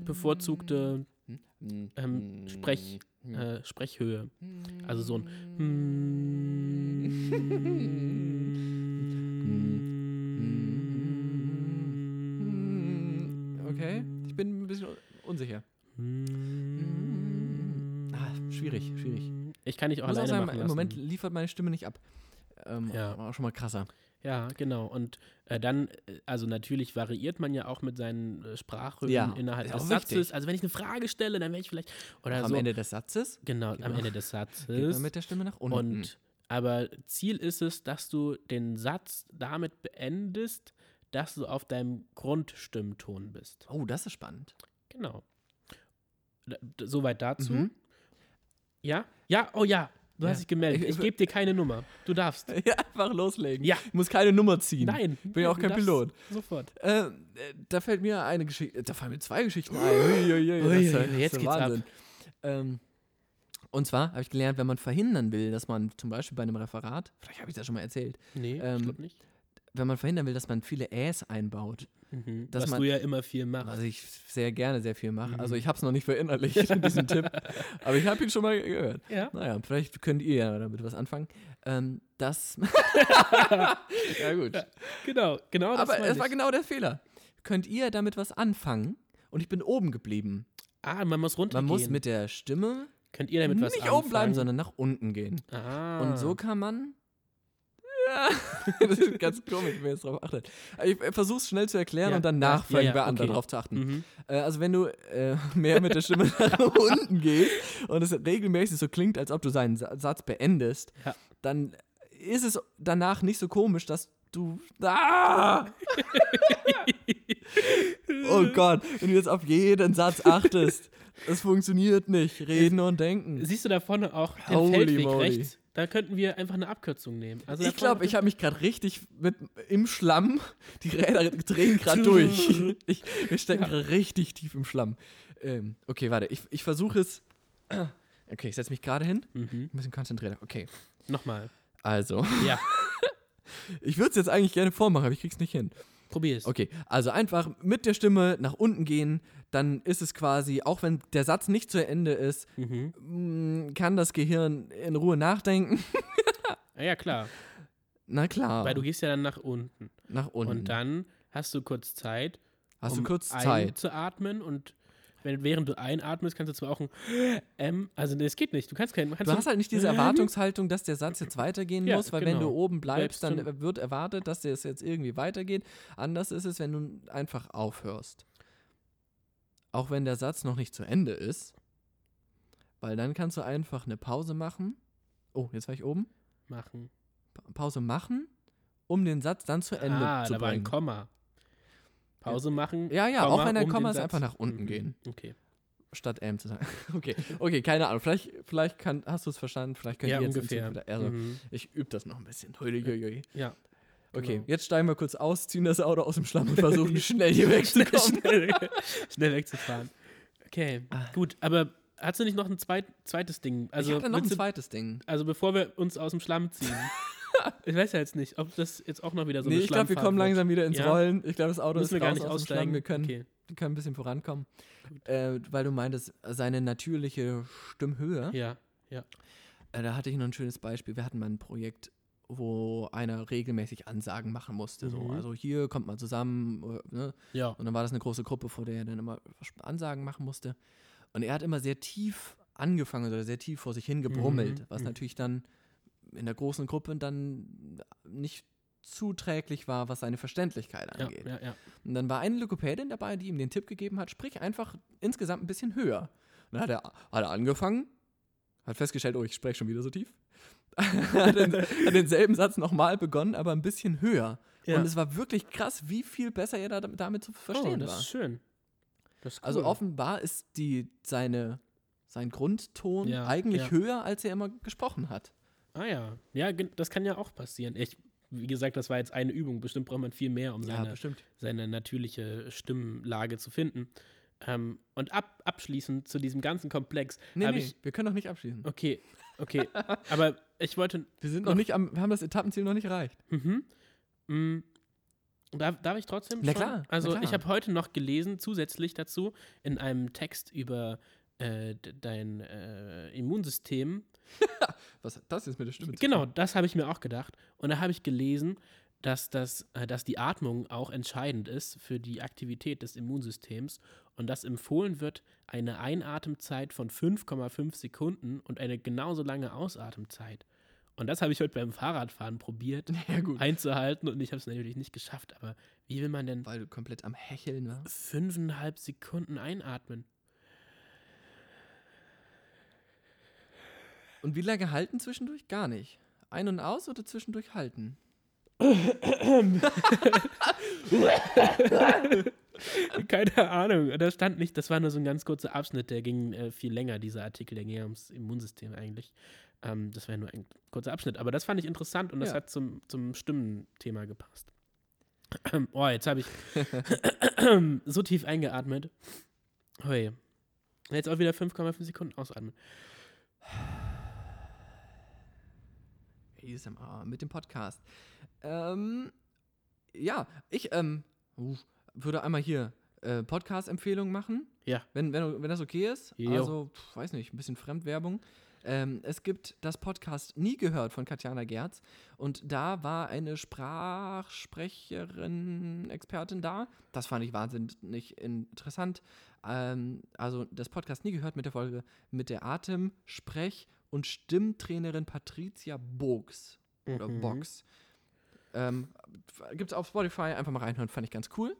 bevorzugte ähm, Sprech, äh, Sprechhöhe. Also so ein
Mm. Okay, ich bin ein bisschen unsicher. Ah, schwierig, schwierig.
Ich kann dich auch
Ich muss auch
alleine
sagen,
machen
im
lassen.
Moment liefert meine Stimme nicht ab. Ähm,
Ja.
War auch schon mal krasser.
Ja, genau. Und äh, dann, äh, also natürlich variiert man ja auch mit seinen äh, Sprachrhythmen
Ja,
innerhalb
ist
des
auch
Satzes.
wichtig.
Also wenn ich eine Frage stelle, dann werde ich vielleicht oder
Am
so.
Ende des Satzes
genau,
Geht
am
man-
Ende des Satzes.
geht man mit der Mhm. Stimme nach unten.
Und aber Ziel ist es, dass du den Satz damit beendest, dass du auf deinem Grundstimmton bist.
oh, das ist spannend.
Genau. D d- soweit dazu.
Mhm.
Ja? Ja, oh ja. Du hast dich gemeldet. Ich gebe dir keine Nummer. Du darfst.
Ja, einfach loslegen.
Ja.
Muss keine Nummer ziehen.
Nein.
Bin ja auch
du
kein
darfst
Pilot.
Sofort.
Ähm, äh, da fällt mir eine Geschichte, da fallen mir zwei Geschichten ein. Uiuiui,
Uiuiui,
das ist ja- das ist
jetzt
ja
geht's ab.
Wahnsinn. Ähm, und zwar habe ich gelernt, wenn man verhindern will, dass man zum Beispiel bei einem Referat, vielleicht habe ich das schon mal erzählt,
Nee,
Ähm,
ich glaube nicht.
wenn man verhindern will, dass man viele Äs einbaut,
Mhm.
dass
Was
man-
du ja immer viel
was
machst.
ich sehr gerne sehr viel mache.
Mhm.
Also ich habe es noch nicht verinnerlicht, diesen Tipp, aber ich habe ihn schon mal gehört.
Ja.
Naja, vielleicht könnt ihr ja damit was anfangen. Ähm, das, ja gut,
Genau, genau das
aber
meine
es war
ich.
genau der Fehler. Könnt ihr damit was anfangen? Und ich bin oben geblieben.
Ah, man muss runtergehen.
Man muss mit der Stimme
Könnt ihr damit Äh, was
nicht
anfangen?
oben bleiben, sondern nach unten gehen.
Ah.
Und so kann man. Ja, das ist ganz komisch, wenn ihr jetzt drauf achtet. Ich äh, versuch's schnell zu erklären
Ja,
und dann
ja,
nachfragen,
ja, ja,
wer andere
okay.
darauf zu achten.
Mhm.
Äh, also, wenn du äh, mehr mit der Stimme nach unten gehst und es regelmäßig so klingt, als ob du seinen Sa- Satz beendest,
Ja.
dann ist es danach nicht so komisch, dass du. Ah! oh Gott, wenn du jetzt auf jeden Satz achtest, es funktioniert nicht. Reden und denken.
Siehst du da vorne auch den
Holy
Feldweg
moly.
rechts? Da könnten wir einfach eine Abkürzung nehmen. Also da
ich glaube,
vorne-
ich habe mich gerade richtig mit im Schlamm. Die Räder drehen gerade durch. Ich, wir stecken gerade richtig tief im Schlamm. Ähm, okay, warte, ich, ich versuche es. Okay, ich setze mich gerade hin.
Mhm.
Ein bisschen konzentrierter. Okay,
Nochmal.
also.
Ja,
Ich würde es jetzt eigentlich gerne vormachen, aber ich krieg's nicht hin.
probier's.
Okay, also einfach mit der Stimme nach unten gehen. Dann ist es quasi, auch wenn der Satz nicht zu Ende ist,
Mhm.
mh, kann das Gehirn in Ruhe nachdenken.
Ah, ja, klar.
Na klar,
Weil du gehst ja dann nach unten.
nach unten.
Und dann hast du kurz Zeit,
Hast du
um
kurz Zeit?
einzuatmen und wenn, während du einatmest, kannst du zwar auch ein ähm, also nee, es geht nicht. Du kannst keinen.
Du hast halt nicht diese Erwartungshaltung, dass der Satz jetzt weitergehen
Ja,
muss, weil wenn du
genau.
oben bleibst,
Bleibst
dann wird erwartet, dass der es jetzt irgendwie weitergeht. Anders ist es, wenn du einfach aufhörst. Auch wenn der Satz noch nicht zu Ende ist, weil dann kannst du einfach eine Pause machen. Oh, jetzt war ich oben.
machen.
Pa- Pause machen, um den Satz dann zu Ende
ah,
zu
da war ein
bringen.
Komma. Pause machen.
Ja, ja, auch wenn ein
um
Komma
den
ist,
Satz-
einfach nach unten gehen.
Okay.
statt M zu sagen. Okay, okay, keine Ahnung. Vielleicht, vielleicht kann, hast du es verstanden. Vielleicht könnt
Ja,
ihr jetzt in
ungefähr.
Zukunft- Also,
Mhm.
Ich übe das noch ein bisschen. Huiuiui.
Ja.
Okay,
Genau.
jetzt steigen wir kurz aus, ziehen das Auto aus dem Schlamm und versuchen schnell hier wegzukommen. Ah.
schnell, schnell wegzufahren. Okay, gut. Aber hast du nicht noch ein zweit, zweites Ding? Also,
ich hatte noch ein
willst du-
zweites Ding.
also bevor wir uns aus dem Schlamm ziehen. ich weiß ja jetzt nicht, ob das jetzt auch noch wieder so
nee,
eine
ich glaube, wir
Schlammfahrt
kommen
wird.
langsam wieder ins
Ja.
Rollen. Ich glaube, das Auto
Müssen
ist
wir gar
raus
nicht
aus dem Schlamm.
aussteigen.
Wir können,
Okay.
wir können ein bisschen vorankommen. Äh, weil du meintest, seine natürliche Stimmhöhe.
Ja, ja.
Äh, da hatte ich noch ein schönes Beispiel. Wir hatten mal ein Projekt, wo einer regelmäßig Ansagen machen musste. So.
Mhm.
Also hier kommt man zusammen, äh, ne?
Ja.
Und dann war das eine große Gruppe, vor der er dann immer Ansagen machen musste. Und er hat immer sehr tief angefangen oder sehr tief vor sich hin gebrummelt,
Mhm,
was
mhm.
natürlich dann in der großen Gruppe dann nicht zuträglich war, was seine Verständlichkeit
Ja,
angeht.
ja, ja.
Und dann war eine Logopädin dabei, die ihm den Tipp gegeben hat, sprich einfach insgesamt ein bisschen höher. Und dann hat er, hat er angefangen, hat festgestellt, oh, ich spreche schon wieder so tief. hat, den, hat denselben Satz nochmal begonnen, aber ein bisschen höher.
Ja.
Und es war wirklich krass, wie viel besser er da, damit zu
Oh,
verstehen
das
war.
ist schön. Das ist
Also
cool.
offenbar ist die, seine, sein Grundton
Ja,
eigentlich
ja.
höher, als er immer gesprochen hat.
Ah ja. Ja, gen- das kann ja auch passieren. Ich, wie gesagt, das war jetzt eine Übung. Bestimmt braucht man viel mehr, um seine,
bestimmt.
seine natürliche Stimmlage zu finden. Ähm, und ab, abschließend zu diesem ganzen Komplex
Nee,
habe
nee,
ich.
wir können doch nicht abschließen.
Okay, okay. aber ich wollte.
Wir sind noch nicht am, wir haben das Etappenziel noch nicht erreicht.
Mhm. Mm. Darf, darf ich trotzdem?
Na
schon?
klar, na
Also
klar.
ich habe heute noch gelesen, zusätzlich dazu, in einem Text über äh, d- dein äh, Immunsystem.
Was hat das jetzt mit der Stimme zu
Genau,
tun?
das habe ich mir auch gedacht. Und da habe ich gelesen, dass, das, äh, dass die Atmung auch entscheidend ist für die Aktivität des Immunsystems und dass empfohlen wird, eine Einatemzeit von 5,5 Sekunden und eine genauso lange Ausatemzeit. Und das habe ich heute beim Fahrradfahren probiert
Ja, gut.
einzuhalten und ich habe es natürlich nicht geschafft. Aber wie will man denn
Weil du komplett am Hecheln warst.
fünfeinhalb Sekunden einatmen?
Und wie lange halten zwischendurch? Gar nicht. Ein und aus oder zwischendurch halten?
Keine Ahnung. Da stand nicht, das war nur so ein ganz kurzer Abschnitt, der ging äh, viel länger, dieser Artikel, der ging ja ums Immunsystem eigentlich. Ähm, das wäre nur ein kurzer Abschnitt, aber das fand ich interessant und das
Ja.
hat zum, zum Stimmenthema gepasst. Oh, jetzt habe ich so tief eingeatmet. Hui. Jetzt auch wieder 5,5 Sekunden ausatmen.
ASMR mit dem Podcast. Ähm, ja, ich ähm, uff, würde einmal hier äh, Podcast-Empfehlungen machen.
Ja.
Wenn, wenn, wenn das okay ist.
Jo.
Also, pf, weiß nicht, ein bisschen Fremdwerbung. Ähm, es gibt das Podcast Nie gehört von Katjana Gerz. Und da war eine Sprachsprecherin, Expertin da. Das fand ich wahnsinnig interessant. Ähm, also das Podcast Nie gehört mit der Folge mit der Atem-, Sprech- und Stimmtrainerin Patricia Bogs. Oder
Mhm.
Box. Ähm, Gibt es auf Spotify, einfach mal reinhören, fand ich ganz cool.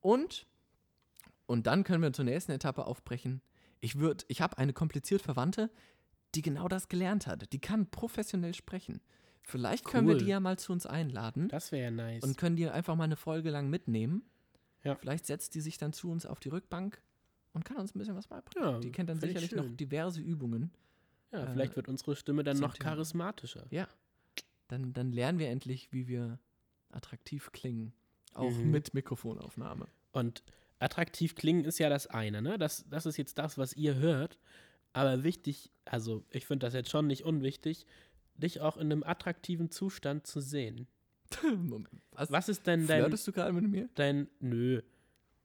Und, und dann können wir zur nächsten Etappe aufbrechen. Ich, würd- ich habe eine kompliziert Verwandte, die genau das gelernt hat. Die kann professionell sprechen. Vielleicht können wir
Cool.
die ja mal zu uns einladen
Das wäre ja nice.
und können die einfach mal eine Folge lang mitnehmen.
Ja.
Vielleicht setzt die sich dann zu uns auf die Rückbank und kann uns ein bisschen was beibringen.
ja,
die kennt dann
find ich
sicherlich
schön.
noch diverse Übungen.
Ja,
äh,
vielleicht wird unsere Stimme dann
zum
noch
Thema.
charismatischer.
Ja. Dann, dann lernen wir endlich, wie wir attraktiv klingen. Auch
Mhm.
mit Mikrofonaufnahme.
Und attraktiv klingen ist ja das eine, ne? Das, das ist jetzt das, was ihr hört. Aber wichtig, also ich finde das jetzt schon nicht unwichtig, dich auch in einem attraktiven Zustand zu sehen.
Moment. Was?
Was ist denn dein,
Flirtest du gerade mit mir?
dein. Nö.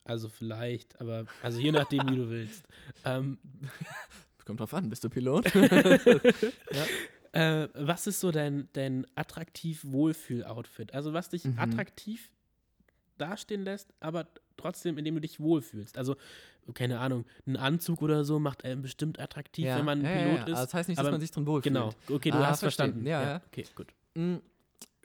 Also vielleicht, aber also je nachdem, wie du willst. Ähm,
Kommt drauf an, bist du Pilot?
äh, was ist so dein, dein attraktiv Wohlfühl-Outfit? Also was dich
Mhm.
attraktiv dastehen lässt, aber trotzdem, indem du dich wohlfühlst. Also, keine Ahnung, ein Anzug oder so macht einen bestimmt attraktiv, wenn man ein Pilot ist.
Also das heißt nicht, dass
aber-
man sich drin wohlfühlt.
Genau, okay, du
Ah,
hast
verstanden.
verstanden.
Ja, ja.
Okay, gut.
Mm,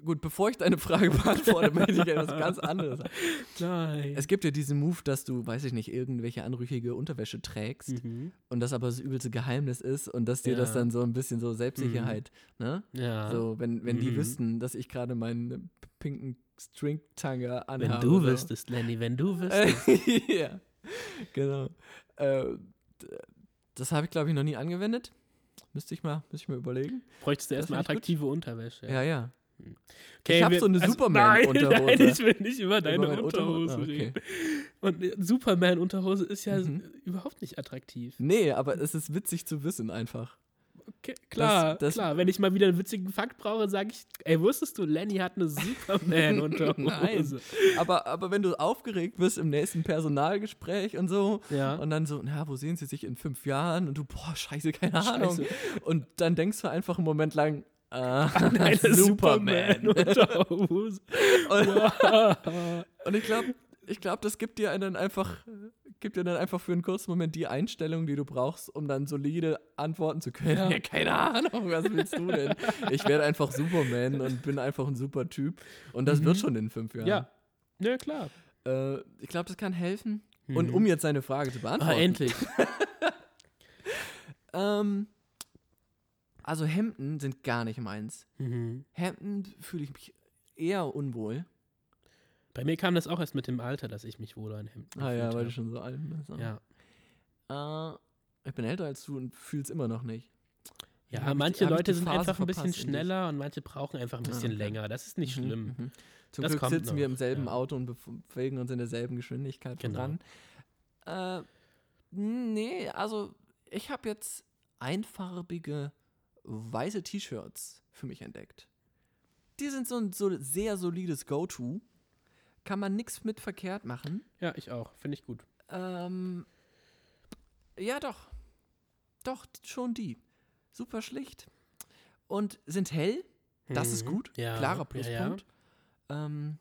Gut, bevor ich deine Frage beantworte, möchte ich etwas ganz anderes sagen.
Nein.
Es gibt ja diesen Move, dass du, weiß ich nicht, irgendwelche anrüchige Unterwäsche trägst
mhm.
und das aber das übelste Geheimnis ist und dass dir das
Ja.
dann so ein bisschen so Selbstsicherheit, ne?
Ja.
So, wenn, wenn die
Mhm.
wüssten, dass ich gerade meinen pinken Stringtanger anhabe.
wenn du
so.
wüsstest, Lenny, wenn du wüsstest.
Äh, ja, genau. Äh, d- das habe ich, glaube ich, noch nie angewendet. Müsste ich mal, müsste ich mal überlegen.
Bräuchtest du
das
erstmal
find ich gut.
attraktive Unterwäsche.
Ja, ja.
Okay,
ich habe
wir-
so eine
also-
Superman-Unterhose.
Nein, nein, ich will nicht über deine
meine
Unterhose
Ah, okay.
reden. Und äh, Superman-Unterhose ist ja
Mhm.
äh, überhaupt nicht attraktiv.
Nee, aber es ist witzig zu wissen einfach.
Okay, klar,
das-
klar. Wenn ich mal wieder einen witzigen Fakt brauche, sage ich, ey, wusstest du, Lenny hat eine Superman-Unterhose.
Aber, aber wenn du aufgeregt bist im nächsten Personalgespräch und so
Ja.
und dann so, na, wo sehen sie sich in fünf Jahren? Und du, boah, scheiße, keine
Scheiße.
Ahnung. Und dann denkst du einfach einen Moment lang, ah,
Eine
Superman.
Superman-Unterhose.
Und-
Wow.
Und ich glaube, ich glaub, das gibt dir dann einfach, gibt dir dann einfach für einen kurzen Moment die Einstellung, die du brauchst, um dann solide antworten zu können.
Ja.
Ja. Keine Ahnung, was willst du denn? Ich werde einfach Superman und bin einfach ein super Typ. Und das wird schon in fünf Jahren.
ja. Ja, klar.
Äh, ich glaube, das kann helfen. Und
Mhm.
um jetzt seine Frage zu
Ah,
beantworten.
endlich.
ähm, also Hemden sind gar nicht meins.
Mhm.
Hemden fühle ich mich eher unwohl.
Bei mir kam das auch erst mit dem Alter, dass ich mich wohl an Hemden
Ah ja, weil du
gefühlt
schon so alt bist.
habe. Ja.
Äh, ich bin älter als du und fühl's immer noch nicht. Hab ich
ja,
die-
manche
hab ich die
Leute sind
Phase
einfach ein bisschen
verpasst, endlich.
schneller und manche brauchen einfach ein bisschen
okay.
länger. Das ist nicht
Mhm,
schlimm.
mhm. Zum
Das
Glück
kommt
sitzen wir
noch,
im selben
ja.
Auto und bewegen uns in derselben Geschwindigkeit
Genau.
voran. Äh, nee, also ich habe jetzt einfarbige weiße T-Shirts für mich entdeckt. Die sind so ein so sehr solides Go-To. Kann man nichts mit verkehrt machen.
Ja, ich auch. Finde ich gut.
Ähm, ja, doch. Doch, schon die. Super schlicht. Und sind hell. Das ist
Mhm.
gut.
Ja,
Klarer
ja, ja.
Pluspunkt. Ähm,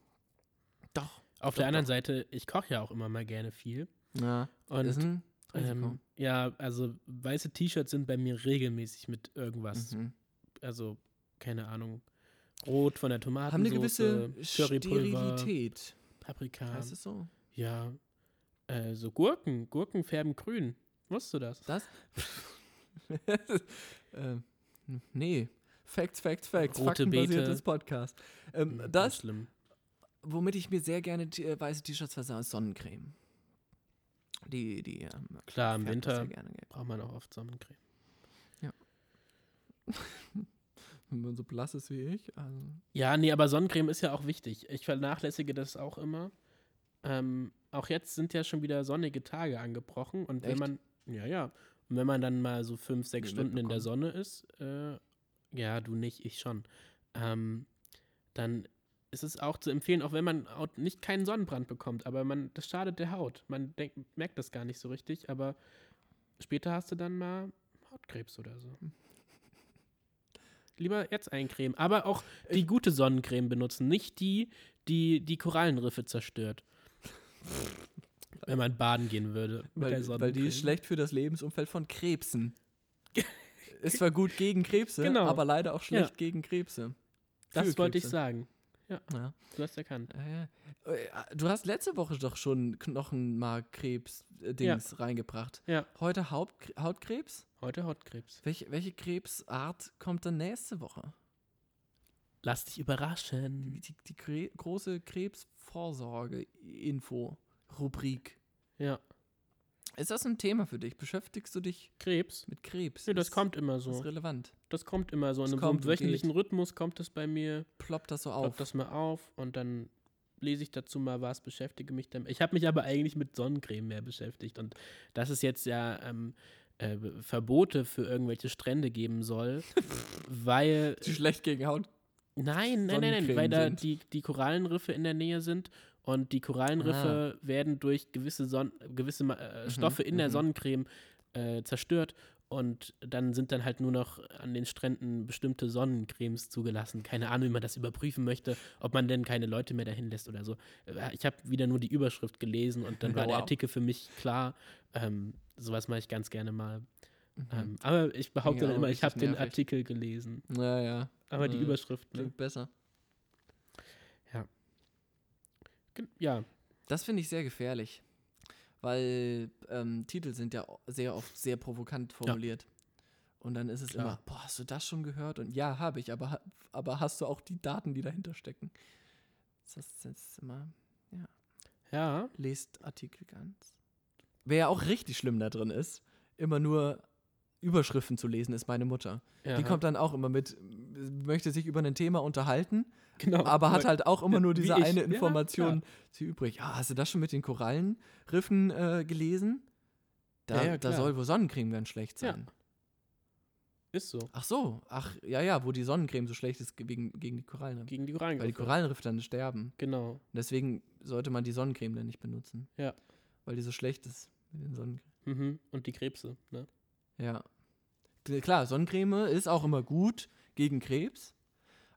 doch.
Auf
Doch,
der anderen Seite, ich koche ja auch immer mal gerne viel.
Ja,
Und
ist ein Mhm, Risiko.
ähm, ja, also weiße T-Shirts sind bei mir regelmäßig mit irgendwas.
Mhm.
Also, keine Ahnung. Rot von der Tomatensoße,
Haben eine gewisse
Currypulver,
Sterilität.
Paprika.
Heißt es so?
Ja. Äh, so Gurken. Gurken färben grün. Wusstest du das?
Das? ähm, nee. Facts, Facts, Facts.
Rote
Faktenbasiertes
Beete. Mhm,
Podcast. Ähm,
Ganz
das,
Hm, schlimm.
womit ich mir sehr gerne t- äh, weiße T-Shirts versah, ist Sonnencreme. Die, die ähm,
Klar, im
färbt das
Winter
sehr gerne. gelb.
braucht man auch oft Sonnencreme.
Wenn man so blass ist wie ich. Also.
Ja, nee, aber Sonnencreme ist ja auch wichtig. Ich vernachlässige das auch immer. Ähm, auch jetzt sind ja schon wieder sonnige Tage angebrochen und wenn
Echt?
man, ja, ja, und wenn man dann mal so fünf, sechs
Nee,
Stunden in der
mitbekommen.
Sonne ist, äh, ja, du nicht, ich schon, ähm, dann ist es auch zu empfehlen, auch wenn man au- nicht keinen Sonnenbrand bekommt, aber man, das schadet der Haut. Man denkt, merkt das gar nicht so richtig, aber später hast du dann mal Hautkrebs oder so. Lieber jetzt eincremen, aber auch die gute Sonnencreme benutzen, nicht die, die die Korallenriffe zerstört. Wenn man baden gehen würde. mit
Weil,
der
weil die
Sonnencreme.
ist schlecht für das Lebensumfeld von Krebsen. ist zwar gut gegen Krebse,
Genau.
aber leider auch schlecht gegen Krebse.
Das
Für
wollte ich
Krebse.
sagen.
Ja.
Du hast erkannt.
Ja, ja. Äh, Du hast letzte Woche doch schon Knochenmarkkrebs-Dings äh, reingebracht.
Ja.
Heute Haupt Hautkrebs?
Heute Hautkrebs.
Welche, welche Krebsart kommt dann nächste Woche?
Lass dich überraschen.
Die, die, die Kre große Krebsvorsorge-Info-Rubrik.
Ja.
Ist das ein Thema für dich? Beschäftigst du dich
Krebs?
mit Krebs?
Nö, das
Ist-
kommt immer
Ist
so.
relevant.
Das kommt immer so. In
Das
einem so
kommt
einem
und
wöchentlichen Rhythmus kommt es bei mir.
Ploppt das so
Plopp
auf?
das mal auf und dann lese ich dazu mal was, beschäftige mich damit. Ich habe mich aber eigentlich mit Sonnencreme mehr beschäftigt und dass es jetzt ja ähm, äh, Verbote für irgendwelche Strände geben soll, weil
die schlecht gegen Haut.
Nein, nein, nein, nein,
Sonnencreme
weil da
sind.
die, die Korallenriffe in der Nähe sind und die Korallenriffe werden durch gewisse, Son gewisse Ma- äh, Stoffe in der
Ah. mhm.
Sonnencreme äh, zerstört und dann sind dann halt nur noch an den Stränden bestimmte Sonnencremes zugelassen. Keine Ahnung, wie man das überprüfen möchte, ob man denn keine Leute mehr dahin lässt oder so. Äh, Ich habe wieder nur die Überschrift gelesen und dann war der
Wow.
Artikel für mich klar. Ähm, sowas mache ich ganz gerne mal.
Mhm.
Ähm, aber ich behaupte
Ja,
dann immer,
richtig
ich habe den
nervig. Mhm.
Artikel gelesen.
Naja,
Aber die
Ja,
Überschrift, ne?
klingt besser.
Gen- Ja,
Das finde ich sehr gefährlich, weil ähm, Titel sind ja o- sehr oft sehr provokant formuliert. Und dann ist es
Klar.
immer, boah, hast du das schon gehört? Und ja, habe ich, aber, ha- aber hast du auch die Daten, die dahinter stecken? Das ist immer,
ja.
lest Artikel ganz. Wer ja auch richtig schlimm da drin ist, immer nur Überschriften zu lesen, ist meine Mutter. Die kommt dann auch immer mit, m- möchte sich über ein Thema unterhalten
genau.
aber hat halt auch immer nur
Wie
diese
ich.
eine
Ja,
Information sie übrig. Ah, hast du das schon mit den Korallenriffen äh, gelesen? Da,
Ja, ja,
da
klar.
soll wohl Sonnencreme ganz schlecht
Ja.
sein.
Ist so.
Ach so, ach ja, ja, wo die Sonnencreme so schlecht ist ge- wegen, gegen die Korallenriffe.
Gegen die Korallen.
Weil die Korallenriffe dann sterben.
Genau.
Und deswegen sollte man die Sonnencreme dann nicht benutzen.
Ja.
Weil die so schlecht ist mit den Sonnencreme.
Mhm. Und die Krebse, ne?
Ja. K- Klar, Sonnencreme ist auch immer gut gegen Krebs,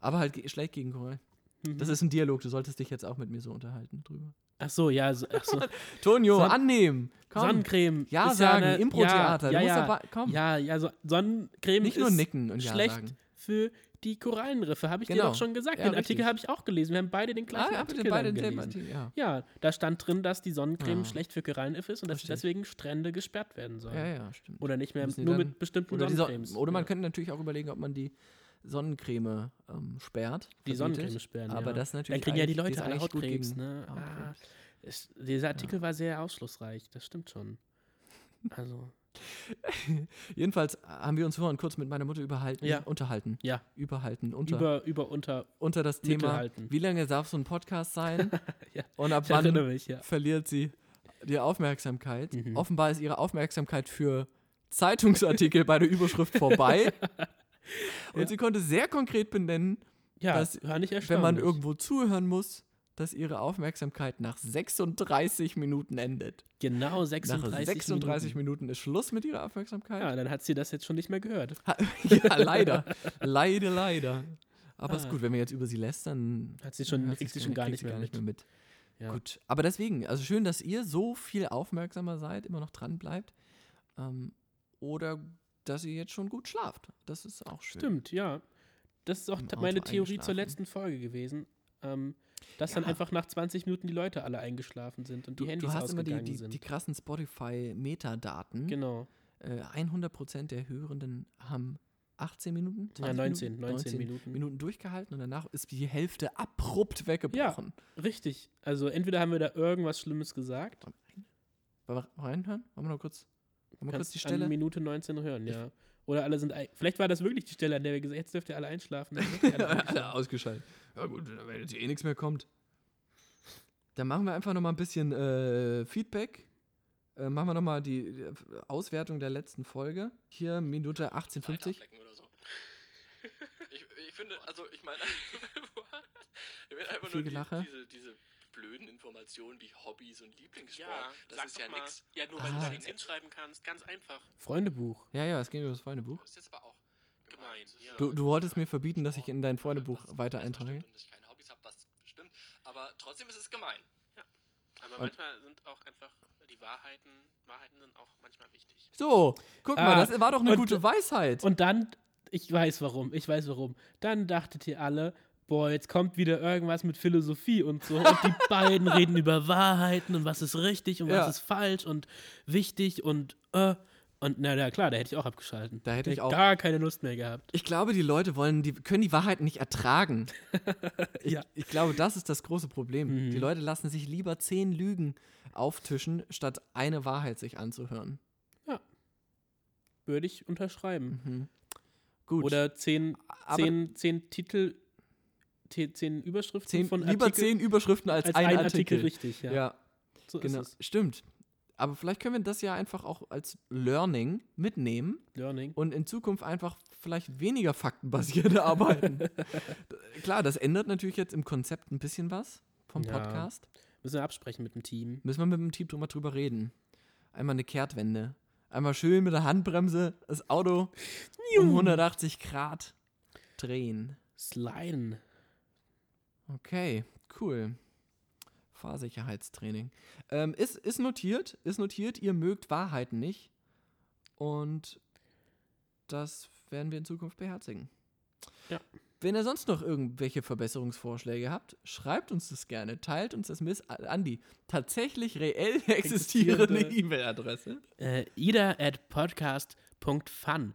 aber halt ge schlecht gegen Korallen.
Mhm.
Das ist ein Dialog, du solltest dich jetzt auch mit mir so unterhalten drüber.
Ach so, ja, so, ach so.
Tonio,
Son-
annehmen. Komm.
Sonnencreme.
ja
ist
sagen,
eine-
Impro-Theater.
Ja,
du musst
ja,
dabei,
ja,
komm.
ja, ja so, Sonnencreme
nicht nur
ist
nicken und ja
schlecht
sagen.
für die Korallenriffe. Habe ich dir
Genau.
doch schon gesagt.
Ja,
den Artikel
richtig.
habe ich auch gelesen. Wir haben beide den
Ah,
gleichen
ja,
Artikel
bitte beide
dann
denselben
gelesen.
Artikel, ja.
Ja, da stand drin, dass die Sonnencreme
Ah.
schlecht für Korallenriffe ist und dass
Verstehe.
deswegen Strände gesperrt werden sollen.
ja, ja, stimmt.
Oder nicht mehr,
Müssen die
nur
dann-
mit bestimmten
Oder, die
Sonnencremes.
Son oder man
ja.
könnte natürlich auch überlegen, ob man die Sonnencreme ähm, sperrt.
die
verbietet.
Sonnencreme sperren.
Aber
ja.
das ist natürlich.
Dann kriegen ja die
eigentlich-
Leute
ist
alle
eigentlich gut
Hautkrebs,
gegen-
ne? Ah,
Hautkrebs.
es, dieser Artikel war sehr ausschlussreich, das stimmt schon. Also,
Jedenfalls haben wir uns vorhin kurz mit meiner Mutter überhalten,
Ja.
unterhalten.
ja,
Überhalten, unter,
über, über, unter,
unter das Thema,
Mittelhalten.
wie lange darf so ein Podcast sein?
Ja.
Und ab
ich
wann
erinnere mich, ja.
verliert sie die Aufmerksamkeit.
Mhm.
Offenbar ist ihre Aufmerksamkeit für Zeitungsartikel bei der Überschrift vorbei. Und
Ja.
sie konnte sehr konkret benennen,
Ja,
das-
war nicht
wenn
erstaunlich.
man irgendwo zuhören muss, dass ihre Aufmerksamkeit nach 36 Minuten endet.
Genau
nach
36,
36
Minuten.
Minuten. ist Schluss mit ihrer Aufmerksamkeit.
Ja, dann hat sie das jetzt schon nicht mehr gehört.
Ha- ja leider. leider, leider. Aber ist
Ah.
gut, wenn wir jetzt über sie lästern,
Hat sie schon,
hört
kriegt sie
gar-
schon gar
kriegt
nicht
sie
mehr mit.
mit.
Ja.
Gut, aber deswegen, also schön, dass ihr so viel aufmerksamer seid, immer noch dran bleibt. Ähm, oder dass ihr jetzt schon gut schlaft. Das ist auch schön.
Stimmt, ja. Das ist auch
Im
ta-
Auto
meine Theorie zur
eingeschlafen.
letzten Folge gewesen. Ähm, dass dann
Ja.
einfach nach 20 Minuten die Leute alle eingeschlafen sind und die
Du,
Handys
du hast immer
ausgegangen
die, die,
sind.
die krassen Spotify-Metadaten.
genau.
Äh, 100% der Hörenden haben 18 Minuten,
Ja,
20
19,
Minuten,
19 Minuten.
Minuten durchgehalten und danach ist die Hälfte abrupt weggebrochen.
Richtig. Also entweder haben wir da irgendwas Schlimmes gesagt.
Wollen wir reinhören? Wollen wir noch kurz, wollen wir kurz
Kannst
die
An
Stelle?
Minute 19 hören, ja. Oder alle sind. ein- Vielleicht war das wirklich die Stelle, an der wir gesagt haben, jetzt dürft ihr alle einschlafen. Dann dürft ihr alle einschlafen.
Alle ausgeschaltet. Ja gut, wenn jetzt eh nichts mehr kommt. Dann machen wir einfach nochmal ein bisschen äh, Feedback. Äh, machen wir nochmal die die Auswertung der letzten Folge. Hier Minute 1850.
Leiterflecken oder so. Ich, ich finde, also ich meine, what? ich meine einfach
Viel
nur
Gelache.
die, diese, diese blöden Informationen wie Hobbys und Lieblingssport.
Ja,
das
sag
ist
doch
ja
mal.
nix.
Ja, nur weil
Ah.
du da nichts hinschreiben kannst. Ganz einfach.
Freundebuch.
Ja, ja, es ging über das Freundebuch.
Das ist jetzt aber auch
Gemein,
Das ist
ja.
Du, du wolltest mir verbieten, dass ich in dein Freundebuch
Das-
weiter
das
eintrage.
stimmt Und dass ich keine Hobbys habe, das stimmt. Aber trotzdem ist es gemein.
Aber manchmal sind auch einfach die Wahrheiten, Wahrheiten sind auch manchmal wichtig.
So, guck mal,
Ah,
Äh, das war doch eine
und-
gute Weisheit.
Und dann, ich weiß warum, ich weiß warum. Dann dachtet ihr alle, boah, jetzt kommt wieder irgendwas mit Philosophie und so. Und die beiden reden über Wahrheiten und was ist richtig und
Ja.
was ist falsch und wichtig und äh. Und na, na klar, da hätte ich auch abgeschalten.
Da hätte ich auch-
gar keine Lust mehr gehabt.
Ich glaube, die Leute wollen, die können die Wahrheit nicht ertragen. Ich,
Ja.
ich glaube, das ist das große Problem.
Mhm.
Die Leute lassen sich lieber zehn Lügen auftischen, statt eine Wahrheit sich anzuhören.
Würde ich unterschreiben.
Mhm. Gut.
Oder zehn,
Aber-
zehn, zehn Titel, te- zehn Überschriften
zehn,
von
lieber
Artikel,
zehn Überschriften als,
als
ein
ein
Artikel.
richtig. Ja,
Ja,
so
genau.
ist es.
Stimmt. Aber vielleicht können wir das ja einfach auch als Learning mitnehmen
Learning.
und in Zukunft einfach vielleicht weniger faktenbasiert arbeiten. Klar, das ändert natürlich jetzt im Konzept ein bisschen was vom
Ja.
Podcast.
Müssen wir absprechen mit dem Team.
Müssen wir mit dem Team drüber, drüber reden. Einmal eine Kehrtwende. Einmal schön mit der Handbremse das Auto um 180 Grad drehen.
Sliden.
Okay, cool. Fahrsicherheitstraining. Ähm, ist, ist notiert, ist notiert, ihr mögt Wahrheiten nicht. Und das werden wir in Zukunft beherzigen.
Ja.
Wenn ihr sonst noch irgendwelche Verbesserungsvorschläge habt, schreibt uns das gerne, teilt uns das mit an die tatsächlich reell existierende
Existierende.
E-Mail-Adresse.
äh, ida at podcast.fun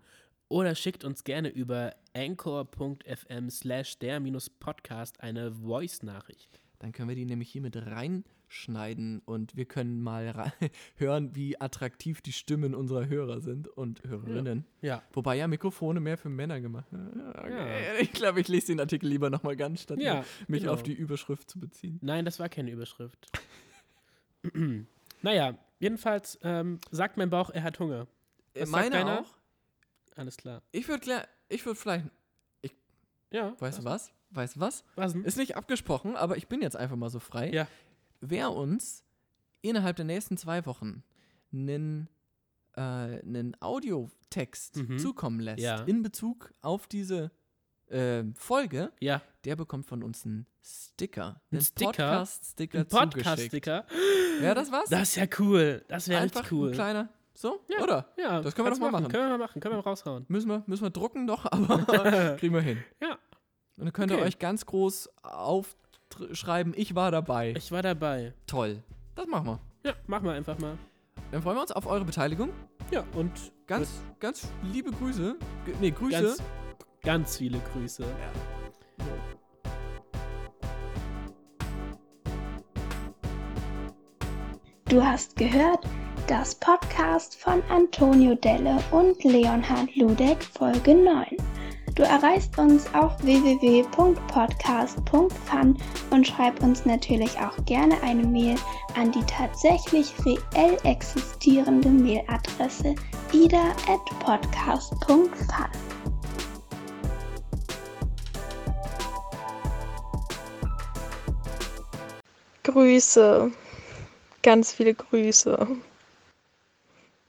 oder schickt uns gerne über anchor.fm slash der minus podcast eine Voice-Nachricht.
Dann können wir die nämlich hier mit reinschneiden und wir können mal rei- hören, wie attraktiv die Stimmen unserer Hörer sind und Hörerinnen.
Ja.
Wobei ja Mikrofone mehr für Männer gemacht. Ja, Okay. Ich glaube, ich lese den Artikel lieber nochmal ganz, statt
Ja,
mir- mich
genau.
auf die Überschrift zu beziehen.
Nein, das war keine Überschrift. naja, jedenfalls ähm, sagt mein Bauch, er hat Hunger. Was sagt deiner? Alles klar.
Äh, Ich würde klar, ich würde vielleicht,
Ja.
weißt du was? Weißt du was?
was denn?
Ist nicht abgesprochen, aber ich bin jetzt einfach mal so frei.
Ja.
Wer uns innerhalb der nächsten zwei Wochen einen äh, einen Audiotext
Mhm.
zukommen lässt
Ja.
in Bezug auf diese äh, Folge,
Ja.
der bekommt von uns einen Sticker,
Ein
einen
Sticker?
Podcast-Sticker
Ein
zugeschickt.
Podcast-Sticker.
Wäre das was?
Das ist ja cool. Das wäre
Einfach
richtig cool.
ein kleiner. So,
ja,
oder?
Ja,
Das können wir
kannst
doch mal machen.
Können wir mal machen. Können wir mal raushauen.
Müssen wir, müssen wir drucken noch, aber kriegen wir hin.
Ja.
Und dann könnt ihr
Okay.
euch ganz groß aufschreiben, ich war dabei.
Ich war dabei.
Toll. Das machen wir.
Ja, machen wir einfach mal.
Dann freuen wir uns auf eure Beteiligung.
Ja, und
Ganz, ganz liebe Grüße. G nee, Grüße.
Ganz, ganz viele Grüße.
Du hast gehört, das Podcast von Antonio Delle und Leonhard Ludek Folge 9. Du erreichst uns auf www.podcast.fun und schreib uns natürlich auch gerne eine Mail an die tatsächlich reell existierende Mailadresse ida@podcast.fun.
Grüße. Ganz viele Grüße.